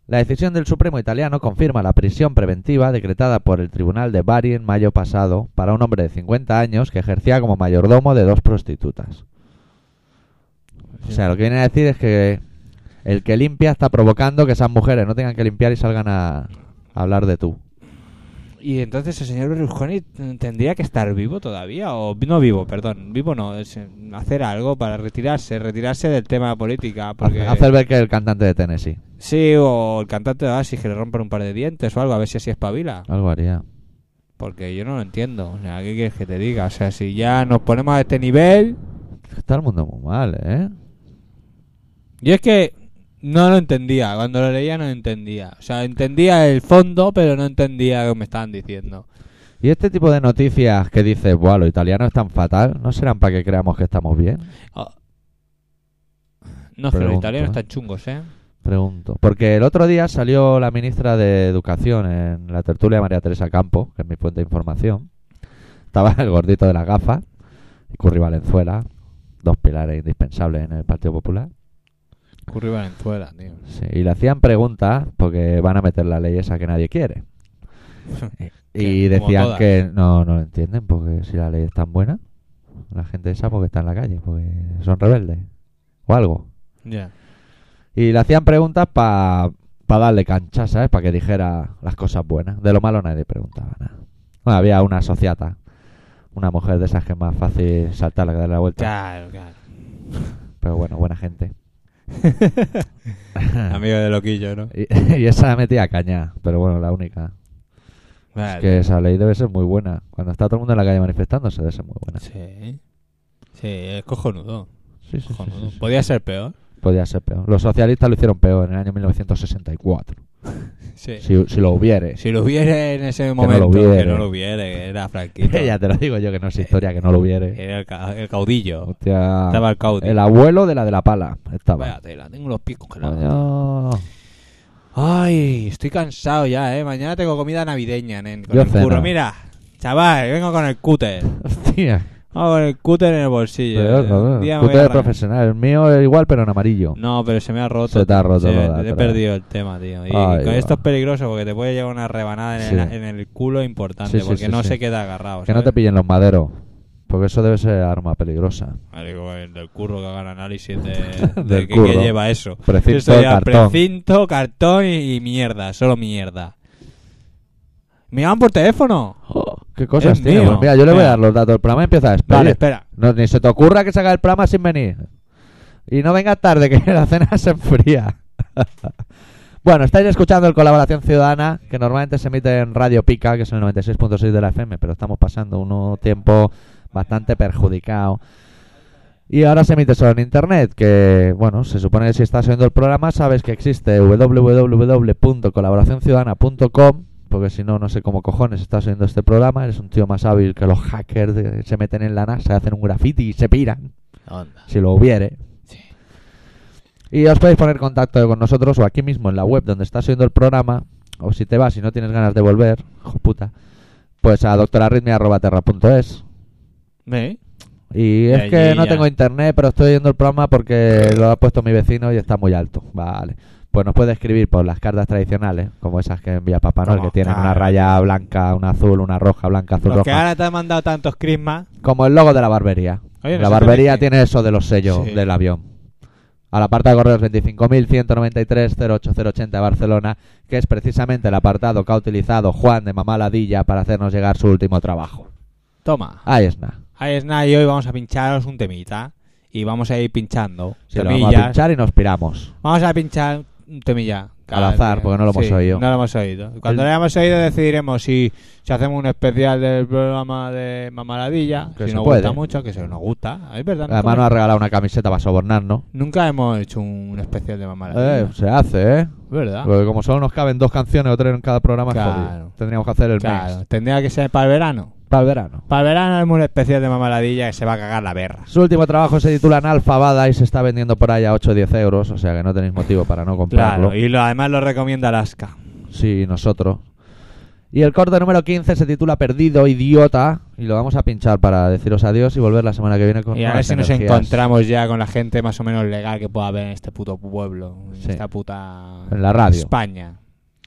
Speaker 2: La decisión del Supremo italiano confirma la prisión preventiva decretada por el Tribunal de Bari en mayo pasado para un hombre de 50 años que ejercía como mayordomo de dos prostitutas. O sea, lo que viene a decir es que el que limpia está provocando que esas mujeres no tengan que limpiar y salgan a, a hablar de tú.
Speaker 1: Y entonces el señor Berlusconi t- tendría que estar vivo todavía, o vi- no vivo, perdón, vivo no, es, eh, hacer algo para retirarse, retirarse del tema de política. Porque,
Speaker 2: Hace- Hacer ver que el cantante de Tennessee.
Speaker 1: Sí, o el cantante de Oasis que le rompan un par de dientes o algo, a ver si así espabila.
Speaker 2: Algo haría.
Speaker 1: Porque yo no lo entiendo, o sea, ¿qué quieres que te diga? O sea, si ya nos ponemos a este nivel,
Speaker 2: Está el mundo muy mal, ¿eh?
Speaker 1: Yo es que no lo entendía, cuando lo leía no lo entendía. O sea, entendía el fondo, pero no entendía lo que me estaban diciendo.
Speaker 2: Y este tipo de noticias que dices, bueno, los italianos están fatal, ¿no serán para que creamos que estamos bien?
Speaker 1: Ah. No, es que los
Speaker 2: Pregunto,
Speaker 1: italianos
Speaker 2: ¿eh?
Speaker 1: están chungos, ¿eh?
Speaker 2: Pregunto. Porque el otro día salió la ministra de Educación en la tertulia de María Teresa Campo, que es mi fuente de información. Estaba el gordito de la gafa y Curry Valenzuela, dos pilares indispensables en el Partido Popular.
Speaker 1: Curry Valenzuela, tío.
Speaker 2: Sí, y le hacían preguntas porque van a meter la ley esa que nadie quiere. y
Speaker 1: Que, como
Speaker 2: decían
Speaker 1: todas.
Speaker 2: que no, no lo entienden porque si la ley es tan buena, La gente esa porque está en la calle, porque son rebeldes. O algo.
Speaker 1: Ya.
Speaker 2: Y le hacían preguntas para darle cancha, ¿sabes? Para que dijera las cosas buenas. De lo malo nadie preguntaba nada. Bueno, había una sociata. Una mujer de esas que es más fácil saltarla que darle la vuelta.
Speaker 1: Claro, claro.
Speaker 2: Pero bueno, buena gente.
Speaker 1: Amigo de loquillo, ¿no?
Speaker 2: Y, y esa la metía a caña, pero bueno, la única.
Speaker 1: Vale.
Speaker 2: Es que esa ley debe ser muy buena. Cuando está todo el mundo en la calle manifestándose, debe ser muy buena.
Speaker 1: Sí. Sí, es cojonudo.
Speaker 2: Sí, sí, sí,
Speaker 1: cojonudo.
Speaker 2: sí, sí.
Speaker 1: Podía ser peor.
Speaker 2: Podía ser peor. Los socialistas lo hicieron peor en el año 1964.
Speaker 1: Sí.
Speaker 2: Si, si lo hubiere.
Speaker 1: Si lo hubiera en ese
Speaker 2: no lo
Speaker 1: momento, que
Speaker 2: hubiere.
Speaker 1: no lo hubiera, que era franquito.
Speaker 2: ya te lo digo yo que no es historia que no lo hubiere.
Speaker 1: Era el, ca- el caudillo.
Speaker 2: Hostia.
Speaker 1: Eh, Estaba el caudillo.
Speaker 2: Ah, El ah, abuelo de la de la pala estaba.
Speaker 1: Vaya tela, tengo los picos congelados.
Speaker 2: Coño.
Speaker 1: Ay, estoy cansado ya, eh. Mañana tengo comida navideña, nen. Con
Speaker 2: Yo
Speaker 1: el
Speaker 2: ceno.
Speaker 1: curro. Mira, chaval, vengo con el cúter.
Speaker 2: Hostia.
Speaker 1: Vamos con el cúter en el bolsillo. eh,
Speaker 2: Dios,
Speaker 1: Un
Speaker 2: cabrón.
Speaker 1: día me
Speaker 2: Tú
Speaker 1: voy a
Speaker 2: eres
Speaker 1: arran-
Speaker 2: profesional. El mío es igual, pero en amarillo.
Speaker 1: No, pero se me ha roto.
Speaker 2: Se te ha roto
Speaker 1: Sí,
Speaker 2: lo de
Speaker 1: he
Speaker 2: atrás.
Speaker 1: perdido el tema, tío. Y
Speaker 2: Ay,
Speaker 1: con
Speaker 2: va.
Speaker 1: esto es peligroso porque te puede llegar una rebanada en, el,
Speaker 2: Sí.
Speaker 1: en el culo importante
Speaker 2: Sí, sí,
Speaker 1: porque
Speaker 2: sí,
Speaker 1: pues no
Speaker 2: sí.
Speaker 1: se queda agarrado.
Speaker 2: que no te
Speaker 1: ¿sabes?
Speaker 2: pillen los maderos. Porque eso debe ser arma peligrosa.
Speaker 1: Marico, el eh, del curro que haga el análisis de, de
Speaker 2: Del
Speaker 1: qué,
Speaker 2: curro.
Speaker 1: qué lleva eso.
Speaker 2: Precinto,
Speaker 1: Eso lleva
Speaker 2: cartón.
Speaker 1: precinto, cartón y, y mierda, solo mierda. ¿Me llaman por teléfono?
Speaker 2: Oh, ¿Qué cosas,
Speaker 1: Es
Speaker 2: tiene?
Speaker 1: mío.
Speaker 2: Pues mira, yo le voy a
Speaker 1: Mira.
Speaker 2: dar los datos. El programa empieza a
Speaker 1: Vale,
Speaker 2: despedir.
Speaker 1: espera.
Speaker 2: No, ni se te ocurra que se haga el programa sin venir. Y no venga tarde, que la cena se enfría. bueno, estáis escuchando el Colaboración Ciudadana, que normalmente se emite en Radio Pica, que es el 96.6 de la FM, pero estamos pasando un tiempo bastante perjudicado. Y ahora se emite solo en internet, que bueno, se supone que si estás oyendo el programa sabes que existe www.colaboracionciudadana.com, porque si no, no sé cómo cojones estás oyendo este programa, eres un tío más hábil que los hackers, eh, se meten en la NASA, hacen un graffiti y se piran, si lo hubiere. Y os podéis poner en contacto con nosotros o aquí mismo en la web donde estás oyendo el programa, o si te vas y no tienes ganas de volver, hijo puta, pues a doctorarritmia.terra.es.
Speaker 1: ¿Eh?
Speaker 2: Y es
Speaker 1: Ya,
Speaker 2: que
Speaker 1: ya,
Speaker 2: no
Speaker 1: ya.
Speaker 2: tengo internet, pero estoy oyendo el programa porque lo ha puesto mi vecino y está muy alto. Vale. Pues nos puede escribir por las cartas tradicionales, como esas que envía Papá Noel,
Speaker 1: Como,
Speaker 2: que tienen
Speaker 1: claro.
Speaker 2: una raya blanca, una azul, una roja, blanca, azul,
Speaker 1: Los que
Speaker 2: roja.
Speaker 1: ahora te han mandado tantos crismas.
Speaker 2: Como el logo de la barbería.
Speaker 1: Oye,
Speaker 2: la
Speaker 1: nosotros
Speaker 2: barbería
Speaker 1: aquí-
Speaker 2: tiene eso de los sellos
Speaker 1: Sí.
Speaker 2: del avión. A la parte de correos 25.193.08080 de Barcelona, que es precisamente el apartado que ha utilizado Juan de Mamá Ladilla para hacernos llegar su último trabajo.
Speaker 1: Toma.
Speaker 2: Ahí está.
Speaker 1: Ahí es nada y hoy vamos a pincharos un temita. Y vamos a ir pinchando.
Speaker 2: Sí, lo vamos a
Speaker 1: temillas.
Speaker 2: pinchar y nos piramos.
Speaker 1: Vamos a pinchar un temilla.
Speaker 2: Al azar, porque no lo hemos
Speaker 1: Sí,
Speaker 2: oído.
Speaker 1: No lo hemos oído. Cuando
Speaker 2: El-
Speaker 1: lo hayamos oído decidiremos si, si hacemos un especial del programa de Mamaladilla,
Speaker 2: Que
Speaker 1: si
Speaker 2: se
Speaker 1: nos
Speaker 2: puede.
Speaker 1: gusta mucho, que se nos gusta. Es verdad.
Speaker 2: Además nos
Speaker 1: nunca,
Speaker 2: ha regalado una camiseta para sobornarnos.
Speaker 1: nunca hemos hecho un especial de Mamaladilla.
Speaker 2: Eh, se hace, ¿eh?
Speaker 1: ¿Verdad?
Speaker 2: Porque como solo nos caben dos canciones o tres en cada programa, es
Speaker 1: Ah. Claro.
Speaker 2: jodido. tendríamos que hacer el
Speaker 1: Claro,
Speaker 2: mix
Speaker 1: tendría que ser para el verano.
Speaker 2: para el verano.
Speaker 1: Para el verano haremos un especial de Mamaladilla que se va a cagar la berra.
Speaker 2: Su último trabajo se titula Analfabada y se está vendiendo por ahí a 8 o 10 euros, o sea que no tenéis motivo para no comprarlo.
Speaker 1: Claro, y lo, además lo recomienda Alaska.
Speaker 2: Sí, nosotros. Y el corte número 15 se titula Perdido, idiota, y lo vamos a pinchar para deciros adiós y volver la semana que viene con
Speaker 1: y a ver
Speaker 2: nuevas
Speaker 1: si nos
Speaker 2: energías.
Speaker 1: encontramos ya con la gente más o menos legal que pueda haber en este puto pueblo, en
Speaker 2: Sí.
Speaker 1: esta puta
Speaker 2: En la radio.
Speaker 1: España.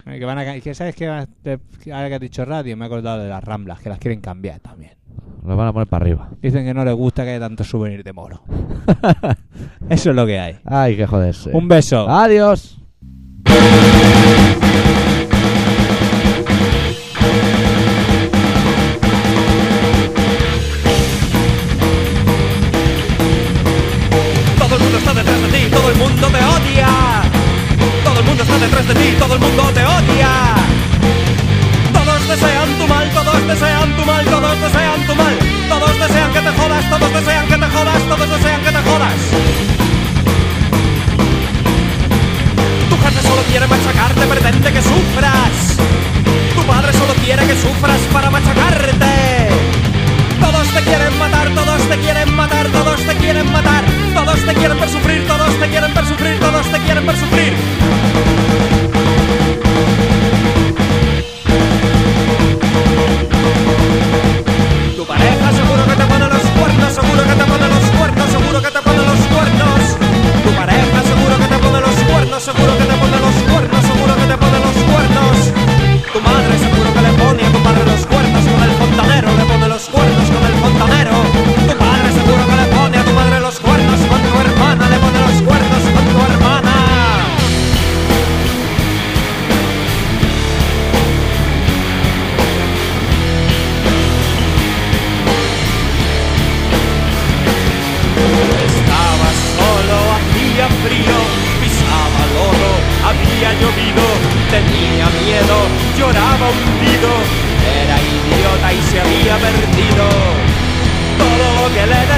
Speaker 1: Eh, Que van a, ca- que ¿Sabes qué? va- te- que Ahora que has dicho radio, me he acordado de las ramblas, que las quieren cambiar también.
Speaker 2: Nos van a poner para arriba.
Speaker 1: Dicen que no les gusta que haya tanto souvenir de moro. Eso es lo que hay.
Speaker 2: Ay, qué joderse.
Speaker 1: Un
Speaker 2: Ah,
Speaker 1: beso.
Speaker 2: Adiós.
Speaker 4: Todo el mundo está detrás de ti, todo el mundo te odia. Todo el mundo está detrás de ti, todo el mundo te odia. Todos desean tu mal, todos desean tu mal, todos desean tu mal. Todos desean que te jodas, todos desean que te jodas, todos desean que te jodas. Tu jefe solo quiere machacarte, pretende que sufras. Tu padre solo quiere que sufras para machacarte. Todos te quieren matar, todos te quieren matar, todos te quieren matar, todos te quieren ver sufrir, todos te quieren ver sufrir, todos te quieren ver sufrir. Tu pareja seguro que te pone los cuernos, seguro que te pone los cuernos, seguro que te pone los cuernos. Tu pareja seguro que te pone los cuernos, seguro que te pone los cuernos, seguro que te pone los cuernos. Tu madre seguro que le pone a tu padre los cuernos con el fontanero. frío, pisaba lodo, había llovido, tenía miedo, lloraba hundido, era idiota y se había perdido todo lo que le